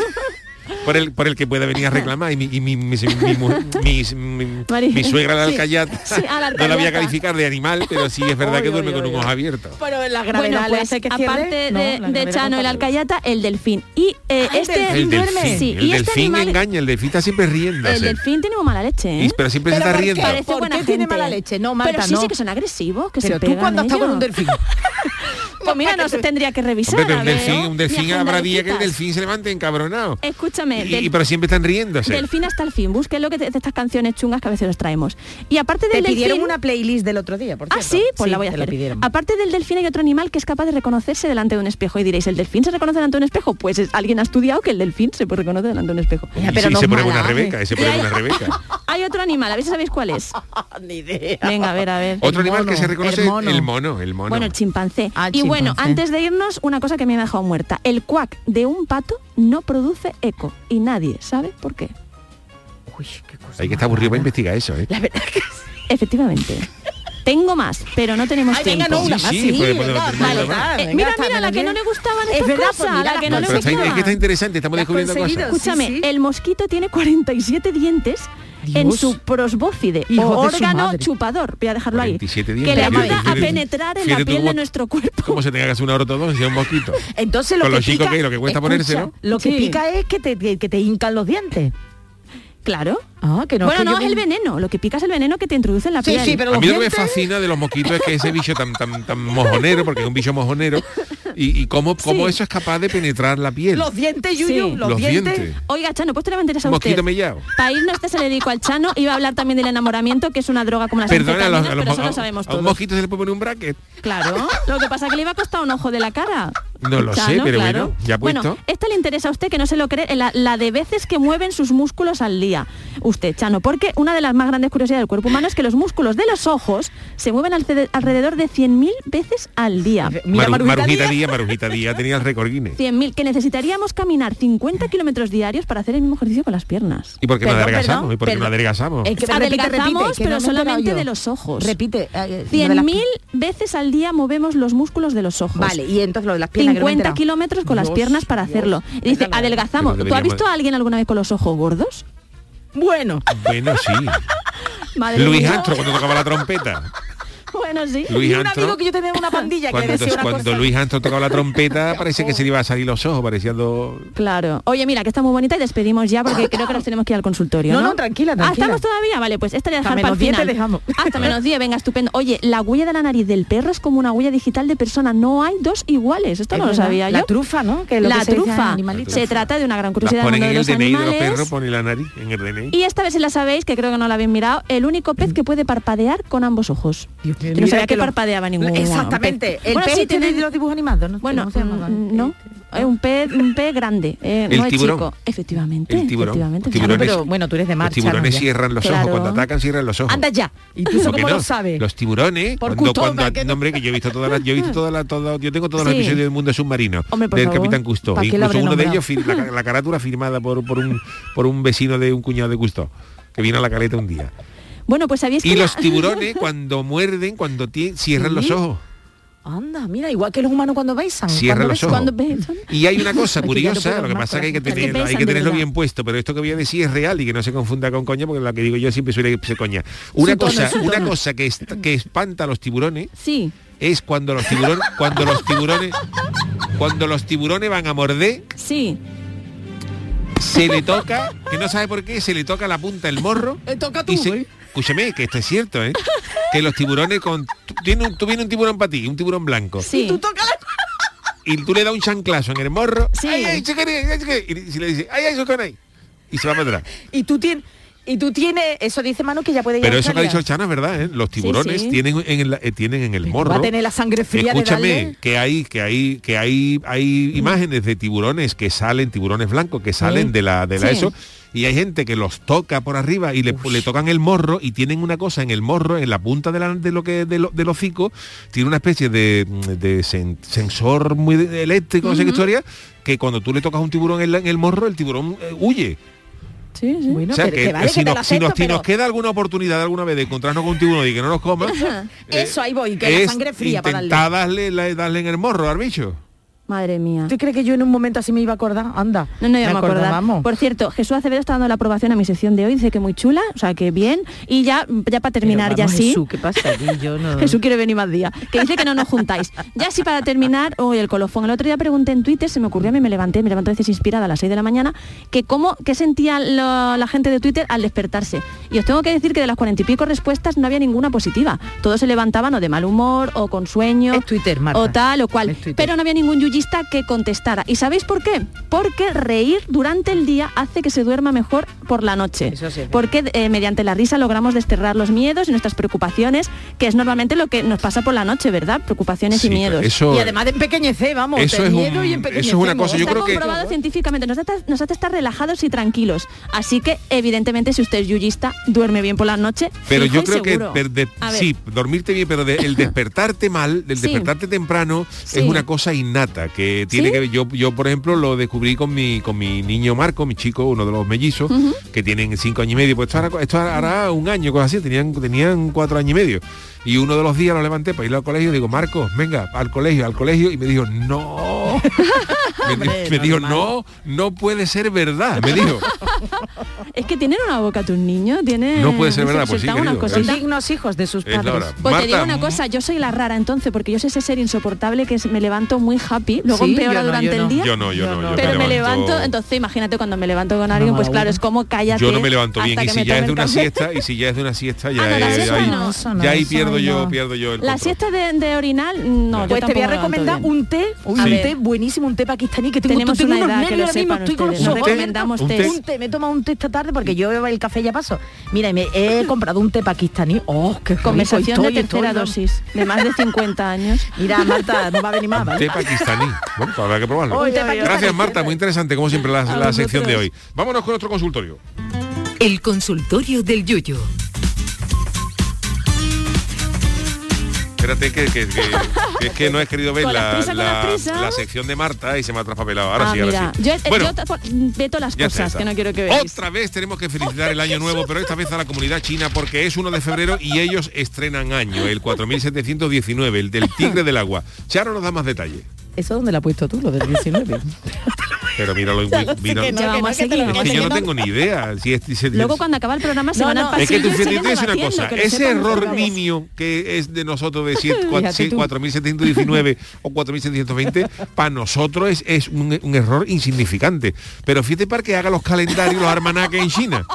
Por el, por el que pueda venir a reclamar y mi, y mi, mi- mi- mi- mi- mi- Mari- mi suegra la Sí. alcayata Sí, a (laughs) la no la voy a alcayata. calificar de animal pero sí es verdad Oy, que oy, duerme oy, con un oy. ojo abierto Pero la Bueno, (laughs) gravedad le pues hace que cierre. aparte No, la de, de gravedad Chano el tampoco. alcayata, el delfín. Y eh, Ay, este delfín el duerme. delfín Sí, el y este delfín animal, engaña el delfín está siempre el riéndose delfín tiene muy mala leche, ¿eh? Y- pero siempre se ¿Pero está por qué? riendo Parece ¿Por buena qué tiene gente. mala leche? No, Pero Marta, sí, no. sí que son agresivos, que se Pero tú pegan cuando estás con ellos. un delfín. (laughs) Pues mira, no se tendría que revisar. Hombre, pero a un ver. delfín, un Mi delfín agenda habrá de día que el citas. delfín se levante encabronado. Escúchame, Y, del- y- pero siempre están riéndose. delfín hasta el fin. Busquen lo que te- de estas canciones chungas que a veces nos traemos. Y aparte Te del pidieron delfín... una playlist del otro día, por Ah, cierto. sí, pues la voy a te hacer. pidieron. Aparte del delfín hay otro animal que es capaz de reconocerse delante de un espejo. Y diréis, ¿el delfín se reconoce delante de un espejo? Pues es- alguien ha estudiado que el delfín se puede reconocer delante de un espejo. Y, sí, pero no se pone mala, una ¿eh? Rebeca, y se pone Y hay- una (laughs) Rebeca. Hay otro animal, a ver si sabéis (laughs) cuál es. Ni idea. Venga, a ver, a ver. Otro animal que mono, se reconoce el el mono. mono, el mono. el mono. Bueno, el chimpancé. Ah, el y bueno, chimpancé. antes de irnos, una cosa que me ha dejado muerta. El cuac de un pato no produce eco y nadie sabe por qué. Uy, qué cosa. Hay que estar aburrido para más investigar rara. eso, ¿eh? La verdad que sí. (laughs) Efectivamente. Tengo más, pero no tenemos Ay, tiempo. venga, no, una Sí, más. sí, puede poner venga, otro vale, número más. nada, Eh, venga, mira, hasta mira, me la lo que no quiero. le gustaban Es estas verdad, cosas, pues mira, la que las no No, le pero está, gustaban. in- es que está interesante, estamos Las descubriendo conseguido. cosas. Escúchame, Sí, sí. el mosquito tiene 47 dientes en Dios. su prosbócide Hijo o de su órgano madre. chupador, voy a dejarlo ahí, 47 que le dientes, ayuda a fíjate, penetrar en la fíjate tú piel de cómo- nuestro cuerpo. Como se tenga que hacer una ortodoncia, un (laughs) mosquito. Entonces lo Con que lo chico pica- que es, lo que cuesta escucha, ponerse, ¿no? Lo que Sí. pica es que te, que, que te hincan los dientes. Claro. Ah, que no. bueno, que no yo es el vi- veneno, lo que pica es el veneno que te introduce en la Sí, piel. sí, pero A los mí lo que me dientes- fascina de los mosquitos es que ese bicho tan tan tan mojonero, porque es un bicho mojonero, y, y cómo, cómo Sí. eso es capaz de penetrar la piel. Los dientes, Yuyu, Sí. los, Los dientes. dientes. Oiga, Chano, pues te le interesa a usted. Mosquito mellao. Para irnos este se le dedico al Chano, iba a hablar también del enamoramiento, que es una droga como las Perdona, a los, anfetaminas, a los pero mo- eso lo a- sabemos a un todos. mosquito se le puede poner un bracket. Claro, lo que pasa es que le iba a costar un ojo de la cara. No lo sé, pero bueno, ya puesto. Bueno, esta le interesa a usted que no se lo cree, la, la de veces que mueven sus músculos al día. Usted, Chano, porque una de las más grandes curiosidades del cuerpo humano es que los músculos de los ojos se mueven alce- alrededor de 100.000 veces al día. Mira, Maru- Marujita Marujita Díaz. Díaz, Marujita Díaz tenía el récord Guinness. 100.000, que necesitaríamos caminar 50 kilómetros diarios para hacer el mismo ejercicio con las piernas. ¿Y por qué no Perdón, adelgazamos? perdón, ¿Y por qué no perdón. adelgazamos? Eh, que- repite, repite, Adelgazamos, que pero no me he enterado solamente yo. de los ojos. Repite. eh, lo de las- 100.000 veces al día movemos los músculos de los ojos. Vale, y entonces lo de las piernas. que no me he 50 enterado. kilómetros con las Dios, piernas para Dios, hacerlo. Y dice, perdóname. adelgazamos. Pero ¿Tú has deberíamos- visto a alguien alguna vez con los ojos gordos? "Ah, Bueno, Bueno, sí. (laughs) Madre Luis mía. Astro cuando tocaba la trompeta. (laughs) bueno, sí. Luis y un Antro- amigo que yo tenía en una pandilla que Cuando, decía una cuando cosa. Luis Antro tocaba la (laughs) trompeta parece que se le iba a salir los ojos, parecía dos- Claro. Oye, mira, que está muy bonita y despedimos ya porque creo que nos tenemos que ir al consultorio. No, No, no, tranquila, Ah, tranquila. ¿estamos todavía? Vale, pues esta la Hasta dejar para menos el 10 te final. dejamos. (laughs) Hasta menos 10, venga, estupendo. Oye, la huella de la nariz del perro es como una huella digital de persona. No hay dos iguales. Esto Es no lo verdad. sabía yo. La trufa, ¿no? Que es lo la que se dice trufa. animalito. Se trata de una gran Las curiosidad del ponen mundo en el de los DNI de los animales. perros, ponen la nariz en el DNI. Y esta vez si la sabéis, que creo que no la habéis mirado, el único pez que puede parpadear con ambos ojos. Que no Mira sabía que, lo- parpadeaba ninguno. Exactamente. El Bueno, pez sí, este de tienen- los dibujos animados, ¿no? Bueno, ¿Cómo se llama? mm, no, es un pez, un pez grande, eh, El no es tiburón. chico. Efectivamente. El tiburón. efectivamente. Tiburones- Claro, pero bueno, tú eres de Los mar, tiburones Charo, ya. cierran los Claro. ojos, cuando atacan cierran los ojos. Anda ya. ¿Y tú ¿Por eso qué cómo no? lo sabes? Los tiburones, Por cuando, cultura, cuando- que no- no, hombre, que yo he visto todas las, yo he visto todas las, todas- yo tengo todos los Sí. episodios del mundo submarino Hombre, por del favor. Capitán Cousteau. ¿Para qué Incluso lo habré uno de nombrado? ellos, fir- la, la carátula firmada por, por un por un vecino de un cuñado de Cousteau, que vino a la caleta un día. (laughs) Bueno, pues sabíais Y que la- (laughs) los tiburones cuando muerden, cuando tie- cierran Sí. los ojos. Anda, mira, igual que los humanos cuando besan. Cierra cuando los besan. ojos. Y hay (laughs) una cosa Es que ya no curiosa, puedo lo que más, pasa es que hay que, corazón. tener- pesan, hay que de tenerlo verdad. bien puesto, pero esto que voy a decir es real y que no se confunda con coña, porque la que digo yo siempre suele ser coña. Una Su tono, cosa, su una tono. cosa que, est- que espanta a los tiburones Sí, es cuando los tiburones, cuando los tiburones, cuando los tiburones van a morder, sí. se le toca, que no sabe por qué, se le toca la punta del morro. Eh, toca tú, Y se- ¿eh? escúchame, que esto es cierto, ¿eh? Que los tiburones con. Tú tienes un, tú vienes un tiburón para ti, un tiburón blanco. Sí. Tú toca la... y tú le das un chanclazo en el morro. Sí. Ay, ay, chiquere, ay, chiquere. Y si le dice, ay, ay, socorro ahí. Y se va para atrás. Y tú tienes... Y tú tienes, eso dice Manu que ya puede Pero llegar eso que ha dicho el Chano Australia. es verdad, ¿eh? Los tiburones sí. tienen en el, eh, tienen en el morro. Va a tener la sangre fría Escúchame, de darle. que hay, que hay, que hay, hay imágenes de tiburones que salen, tiburones blancos que salen de la, de la Sí. eso. Y hay gente que los toca por arriba y le, le tocan el morro y tienen una cosa en el morro, en la punta de, la- de lo que de lo- del hocico, tiene una especie de, mm, de sen- sensor muy de- eléctrico, no sé qué historia, que cuando tú le tocas a un tiburón en, la- en el morro, el tiburón eh, huye. Sí, sí. Bueno, o sea, pero que, que vale, si, que te nos, lo si nos- acepto, si nos pero- queda alguna oportunidad alguna vez de encontrarnos con un tiburón y que no nos coma, Eso, ahí (laughs) voy, que la sangre fría para darle. intenta darle, la- darle en el morro al bicho. Madre mía. ¿Tú crees que yo en un momento así me iba a acordar? Anda. No, no, ya me, acordaba. acordábamos. Por cierto, Jesús Acevedo está dando la aprobación a mi sección de hoy, dice que muy chula, o sea, que bien. Y ya, ya para terminar, Pero ya vamos, sí. Jesús, ¿qué pasa aquí? Yo no- (laughs) Jesús quiere venir más día. Que dice que no nos juntáis. Ya sí, para terminar, hoy el colofón. El otro día pregunté en Twitter, se me ocurrió a mí, me levanté, me levanté a veces inspirada a las 6 de la mañana, que cómo, qué sentía lo- la gente de Twitter al despertarse. Y os tengo que decir que de las cuarenta y pico respuestas no había ninguna positiva. Todos se levantaban o de mal humor, o con sueño, Es Twitter, Marta. o tal o cual. Es Twitter. Pero no había ningún yuyista que contestara. ¿Y sabéis por qué? Porque reír durante el día hace que se duerma mejor por la noche. Eso sí es verdad. Porque eh, mediante la risa logramos desterrar los miedos y nuestras preocupaciones, que es normalmente lo que nos pasa por la noche, ¿verdad? Preocupaciones Sí, y miedos. Eso, Y además de empequeñecer, vamos, eh, Eso es te un- miedo eso y es una empequeñecemos. cosa, yo Está creo que- comprobado científicamente, nos hace, nos hace estar relajados y tranquilos. Así que, evidentemente, si usted es yuyista, duerme bien por la noche. pero fijo yo y creo que seguro. per- de- A ver, sí, dormirte bien, pero de- (laughs) el despertarte mal, el Sí. despertarte temprano Sí. es una cosa innata que tiene ¿Sí? que ver- yo yo por ejemplo lo descubrí con mi con mi niño Marco, mi chico, uno de los mellizos que tienen cinco años y medio, pues esto hará, esto hará un año cosas así, tenían tenían cuatro años y medio y uno de los días lo levanté para ir al colegio, digo Marcos, venga al colegio, al colegio y me dijo (laughs) no, me, di- me dijo no, no puede ser verdad, me (laughs) dijo. Es que tienen una boca tus niños, tienen... No puede ser verdad, pues sí, sueltan querido, unas es- Son cositas. dignos hijos de sus Es la padres. hora. Pues te digo Marta, una cosa, yo soy la rara entonces, porque yo soy ese ser insoportable que es- me levanto muy happy, luego Sí, empeora yo no, durante yo el no. día. Yo no, yo no, yo pero me levanto, entonces imagínate cuando me levanto con alguien, pues claro, es como cállate. Yo no me levanto bien hasta y que si me ya tome es de el una café. siesta y si ya es de una siesta ya Ah, no, la eh, siesta ahí, no, eso no, ya ahí eso pierdo yo no. pierdo yo el La control. siesta de, de orinal, no. No. yo Pues te voy a tampoco me recomendar levanto bien. un té, un A ver. té buenísimo, un té pakistaní que tengo, Tenemos tengo una unos edad, que nervios lo ahora mismo, sepan estoy con los ustedes. ojos Nos recomendamos ¿Un abiertos. té? tés. Un té, me he tomado un té esta tarde porque yo bebo el café ya paso. Mira, y me he comprado un té pakistaní. Oh, qué rico, Conversación estoy, de tercera estoy, dosis, de más de 50 años. Mira, Marta, no va a venir más, Un ¿vale? té pakistaní. Bueno, pues habrá que probarlo. Oy, té pakistaní. Gracias Marta, muy interesante como siempre la, la sección de hoy. Vámonos con otro consultorio. El consultorio del Yuyo. Espérate que, que- que- que es que no he querido ver Con las la, prisas, con las la- prisas. la sección de Marta y se me ha traspapelado. Ahora Ah, sí, ahora mira, sí. Yo, eh, Bueno, yo tapo- veto las ya está, cosas ya que está. no quiero que veáis. Otra vez tenemos que felicitar el año nuevo, pero esta vez a la comunidad china porque es 1 de febrero y ellos estrenan año, el 4719, el del tigre del agua. Charo nos da más detalle. ¿Eso dónde lo has puesto tú, lo del 19? Pero míralo en Ya Wi- lo sé míralo- que no, Ya que no, vamos a que te lo seguir. Es que yo no recomiendo. tengo ni idea. Si es- si se- Luego cuando acaba el programa se No, van no. al es que pasillo tú y fíjate, siguen te voy a decir una debatiendo, cosa, que lo ese sepan los error programas. nimio que es de nosotros de siete- cua- Fíjate sí, tú. 4.719 o 4.720, para nosotros es, es un, un error insignificante. Pero fíjate para que haga los calendarios, los almanaques en China,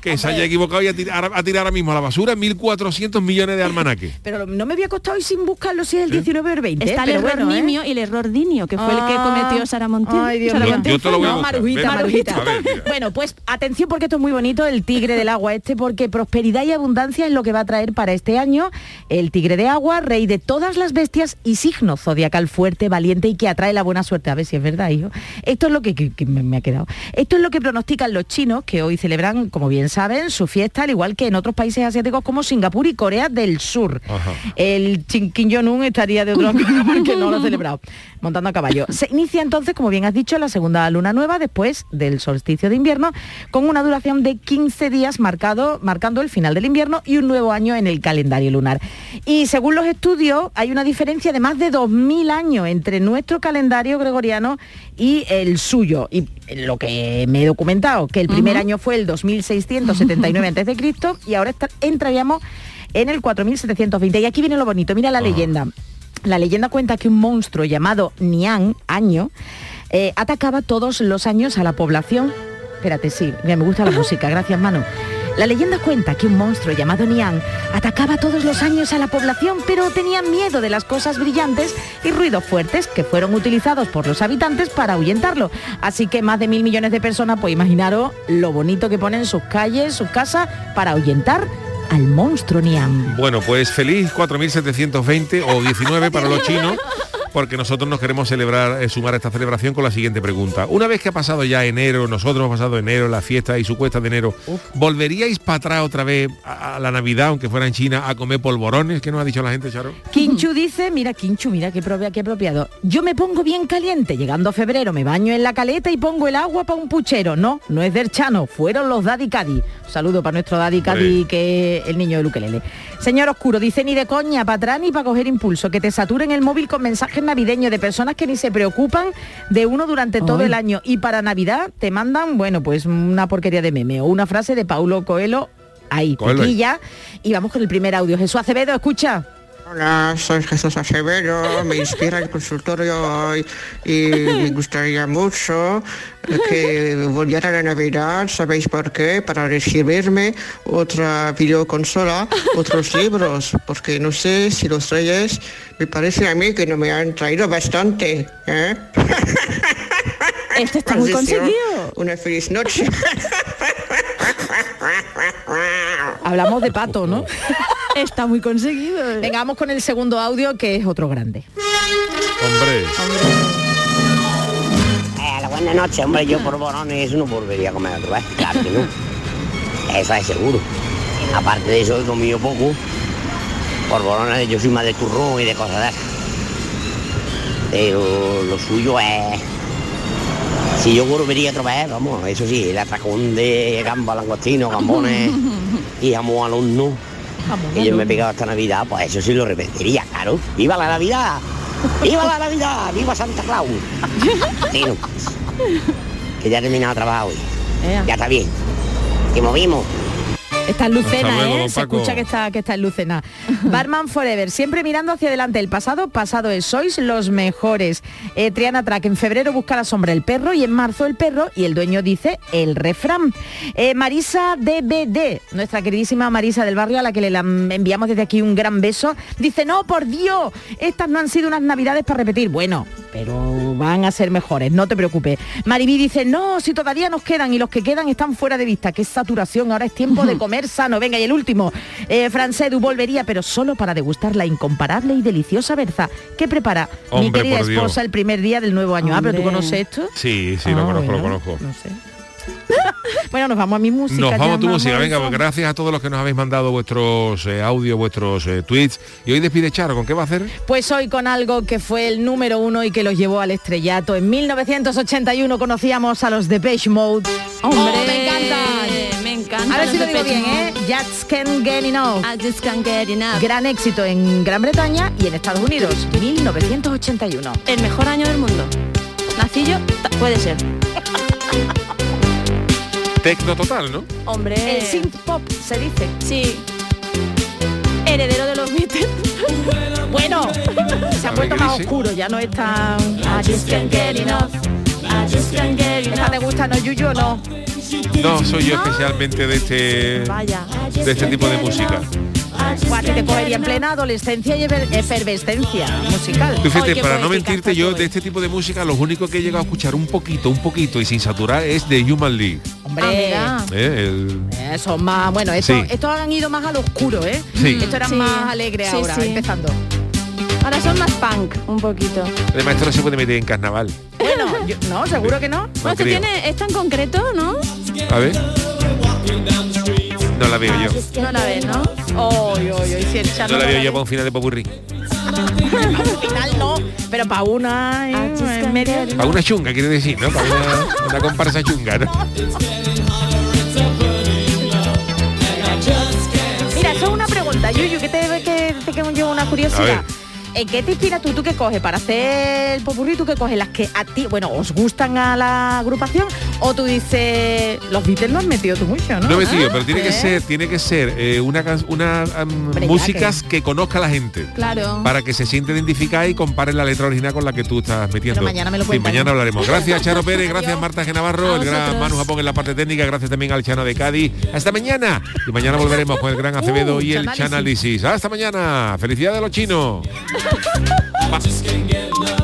que se haya equivocado y a tirar, a tirar ahora mismo a la basura 1.400 millones de almanaques. Pero no me había costado hoy sin buscarlo si es el 19 o el 20. Está el pero error bueno, ¿eh? nimio y el error dinio, que fue el que Ah. cometió Sara Montiel. Ay, Dios Sara mío. Montiel Yo te lo voy a No, buscar. Marujita, Ven, Marujita. a ver, mira. Bueno, pues atención porque esto es muy bonito, el tigre del agua este, porque prosperidad y abundancia es lo que va a traer para este año el tigre de agua, rey de todas las bestias y signo zodiacal fuerte, valiente y que atrae la buena suerte. A ver si es verdad, hijo. Esto es lo que, que- que me, me ha quedado. Esto es lo que pronostican los chinos, que hoy celebran, como bien saben, su fiesta, al igual que en otros países asiáticos como Singapur y Corea del Sur. El Chin Kim Jong-un estaría de (laughs) otro lado porque no lo ha celebrado, montando a caballo. Se inicia entonces, como bien has dicho, la segunda luna nueva después del solsticio de invierno, con una duración de 15 días marcado, marcando el final del invierno y un nuevo año en el calendario lunar. Y según los estudios, hay una diferencia de más de 2.000 años entre nuestro calendario gregoriano y el suyo. Y lo que me he documentado, que el primer Ujú. año fue el 2679 a.C. y ahora está- entraríamos en el 4720. Y aquí viene lo bonito, mira la leyenda. La leyenda cuenta que un monstruo llamado Nian, Año, eh, atacaba todos los años a la población. Espérate, sí, mira, me gusta la música, gracias mano. La leyenda cuenta que un monstruo llamado Nian atacaba todos los años a la población, pero tenía miedo de las cosas brillantes y ruidos fuertes que fueron utilizados por los habitantes para ahuyentarlo. Así que más de mil millones de personas, pues imaginaros lo bonito que ponen sus calles, sus casas, para ahuyentar al monstruo Nian. Bueno, pues feliz 4720 o 19 para los chinos, porque nosotros nos queremos celebrar, eh, sumar a esta celebración con la siguiente pregunta. Una vez que ha pasado ya enero, nosotros hemos pasado enero, la fiesta y su cuesta de enero, ¿volveríais para atrás otra vez a, a la Navidad, aunque fuera en China, a comer polvorones? ¿Qué nos ha dicho la gente, Charo? Quinchu dice, mira Quinchu, mira qué, propia, qué apropiado. Yo me pongo bien caliente, llegando a febrero me baño en la caleta y pongo el agua para un puchero. No, no es del Chano, fueron los Daddy Caddy. Un saludo para nuestro Daddy Caddy, Hombre. que es el niño de Ukelele. Señor Oscuro, dice ni de coña, para atrás ni para coger impulso, que te saturen el móvil con mensajes navideños de personas que ni se preocupan de uno durante todo Ay. el año. Y para Navidad te mandan, bueno, pues una porquería de meme o una frase de Paulo Coelho. Ahí, Coelho. tequilla. Y vamos con el primer audio. Jesús Acevedo, escucha. Hola, soy Jesús Acevedo, me inspira el consultorio hoy y me gustaría mucho que volviera la Navidad, ¿sabéis por qué? Para recibirme otra videoconsola, otros libros, porque no sé si los reyes, me parece a mí que no me han traído bastante. ¿eh? (laughs) Este está muy conseguido. Una feliz noche. Hablamos de pato, ¿no? (laughs) Está muy conseguido. eh. Venga, vamos con el segundo audio, que es otro grande. Hombre. Eh, buena noche, hombre, yo por borones no volvería a comer otra vez, claro que no. Eso es seguro. Aparte de eso, he comido poco. Por borones yo soy más de turrón y de cosas de esas. Pero lo suyo es... Si yo volvería otra vez, vamos, eso sí, el atracón de gamba, langostino, gambones y jamón al horno, que yo me he pegado esta Navidad, pues eso sí lo repetiría, claro. ¡Viva la Navidad! ¡Viva la Navidad! ¡Viva Santa Claus! Tino, que ya he terminado el trabajo hoy. Ya está bien. Que movimos. Está en Lucena, Hasta luego, ¿eh? don Se Paco. escucha que está, que está en Lucena. Barman Forever, siempre mirando hacia adelante. El pasado, pasado es. Sois los mejores. Eh, Triana Track, en febrero busca la sombra el perro y en marzo el perro y el dueño dice el refrán. Eh, Marisa DBD, nuestra queridísima Marisa del barrio, a la que le la- enviamos desde aquí un gran beso, dice, no, por Dios, estas no han sido unas navidades para repetir. Bueno, pero van a ser mejores, no te preocupes. Maribí dice, no, si todavía nos quedan y los que quedan están fuera de vista, qué saturación, ahora es tiempo de comer sano. Venga, y el último, eh, Francedu volvería, pero solo para degustar la incomparable y deliciosa berza que prepara mi Hombre, querida por Dios. esposa el primer día del nuevo año. Ah, pero tú Hombre. conoces esto. Ah, Sí, sí, lo conozco, lo conozco. (laughs) Bueno, nos vamos a mi música. Nos vamos ya, a tu mamá. música, venga, pues gracias a todos los que nos habéis mandado vuestros eh, audios, vuestros eh, tweets. Y hoy despide Charo, ¿con qué va a hacer? Pues hoy con algo que fue el número uno y que los llevó al estrellato. En 1981 conocíamos a los Depeche Mode. Hombre, ¡Oh, me encantan. Me encantan. A ver si lo los digo Depeche bien, ¿eh? Mode. Just can't get enough. Gran éxito en Gran Bretaña y en Estados Unidos, 1981. El mejor año del mundo. Nacillo, ta- puede ser. Tecno total, ¿no? Hombre. El synth pop se dice. Sí. Heredero de los (laughs) Beatles. Bueno, se ha ver, puesto ¿qué más dice? oscuro, ya no es tan... ¿Esta te gusta, no, Yuyu, o no? No, soy yo especialmente de este, Vaya. de este tipo de música. Buah, que Pues te cogería en plena adolescencia y efer- efervescencia musical. Tú fíjate, para no pues, mentirte, yo de este tipo de música lo único que he llegado a escuchar un poquito, un poquito y sin saturar es de Human League. Hombre, Ah, ¿eh? El- eh, son más... Bueno, estos, Sí. estos han ido más al oscuro, ¿eh? Sí. Esto era Sí. más alegre Sí, ahora, sí. empezando. Ahora son más punk, un poquito. Además, esto no se puede meter en carnaval. Bueno, yo- no, seguro que no. Bueno, este creo. tiene esta en concreto, ¿no? A ver. No la veo yo. No la ves, ¿no? Oy, oy, oy, si el chat No la no veo la yo ve. para un final de popurrí. Al final no, pero para una... Ah, eh, en medio- Para una chunga, quiere decir, ¿no? Para una, una comparsa chunga, ¿no? Mira, eso es una pregunta, Yuyu, que te que, te quedo yo una A curiosidad. ver. ¿En qué te inspiras tú? ¿Tú qué coges para hacer el popurrí? ¿Tú qué coges? ¿Las que a ti, bueno, os gustan a la agrupación? ¿O tú dices, los Beatles lo has metido tú mucho, no? No me sigo, pero tiene ¿Eh? que ser, tiene que ser eh, una, can- una am, Hombre, ya músicas que conozca la gente. Claro. Para que se siente identificada y comparen la letra original con la que tú estás metiendo. Pero mañana me lo Sí, cuentan. mañana hablaremos. Gracias Charo (laughs) Pérez, gracias Marta Genavarro, el gran Manu Japón en la parte técnica, gracias también al Chano de Cádiz. Hasta mañana. Y mañana volveremos con el gran Acevedo y el Chanálisis. Chanálisis. Hasta mañana. Felicidades a los chinos. Pa-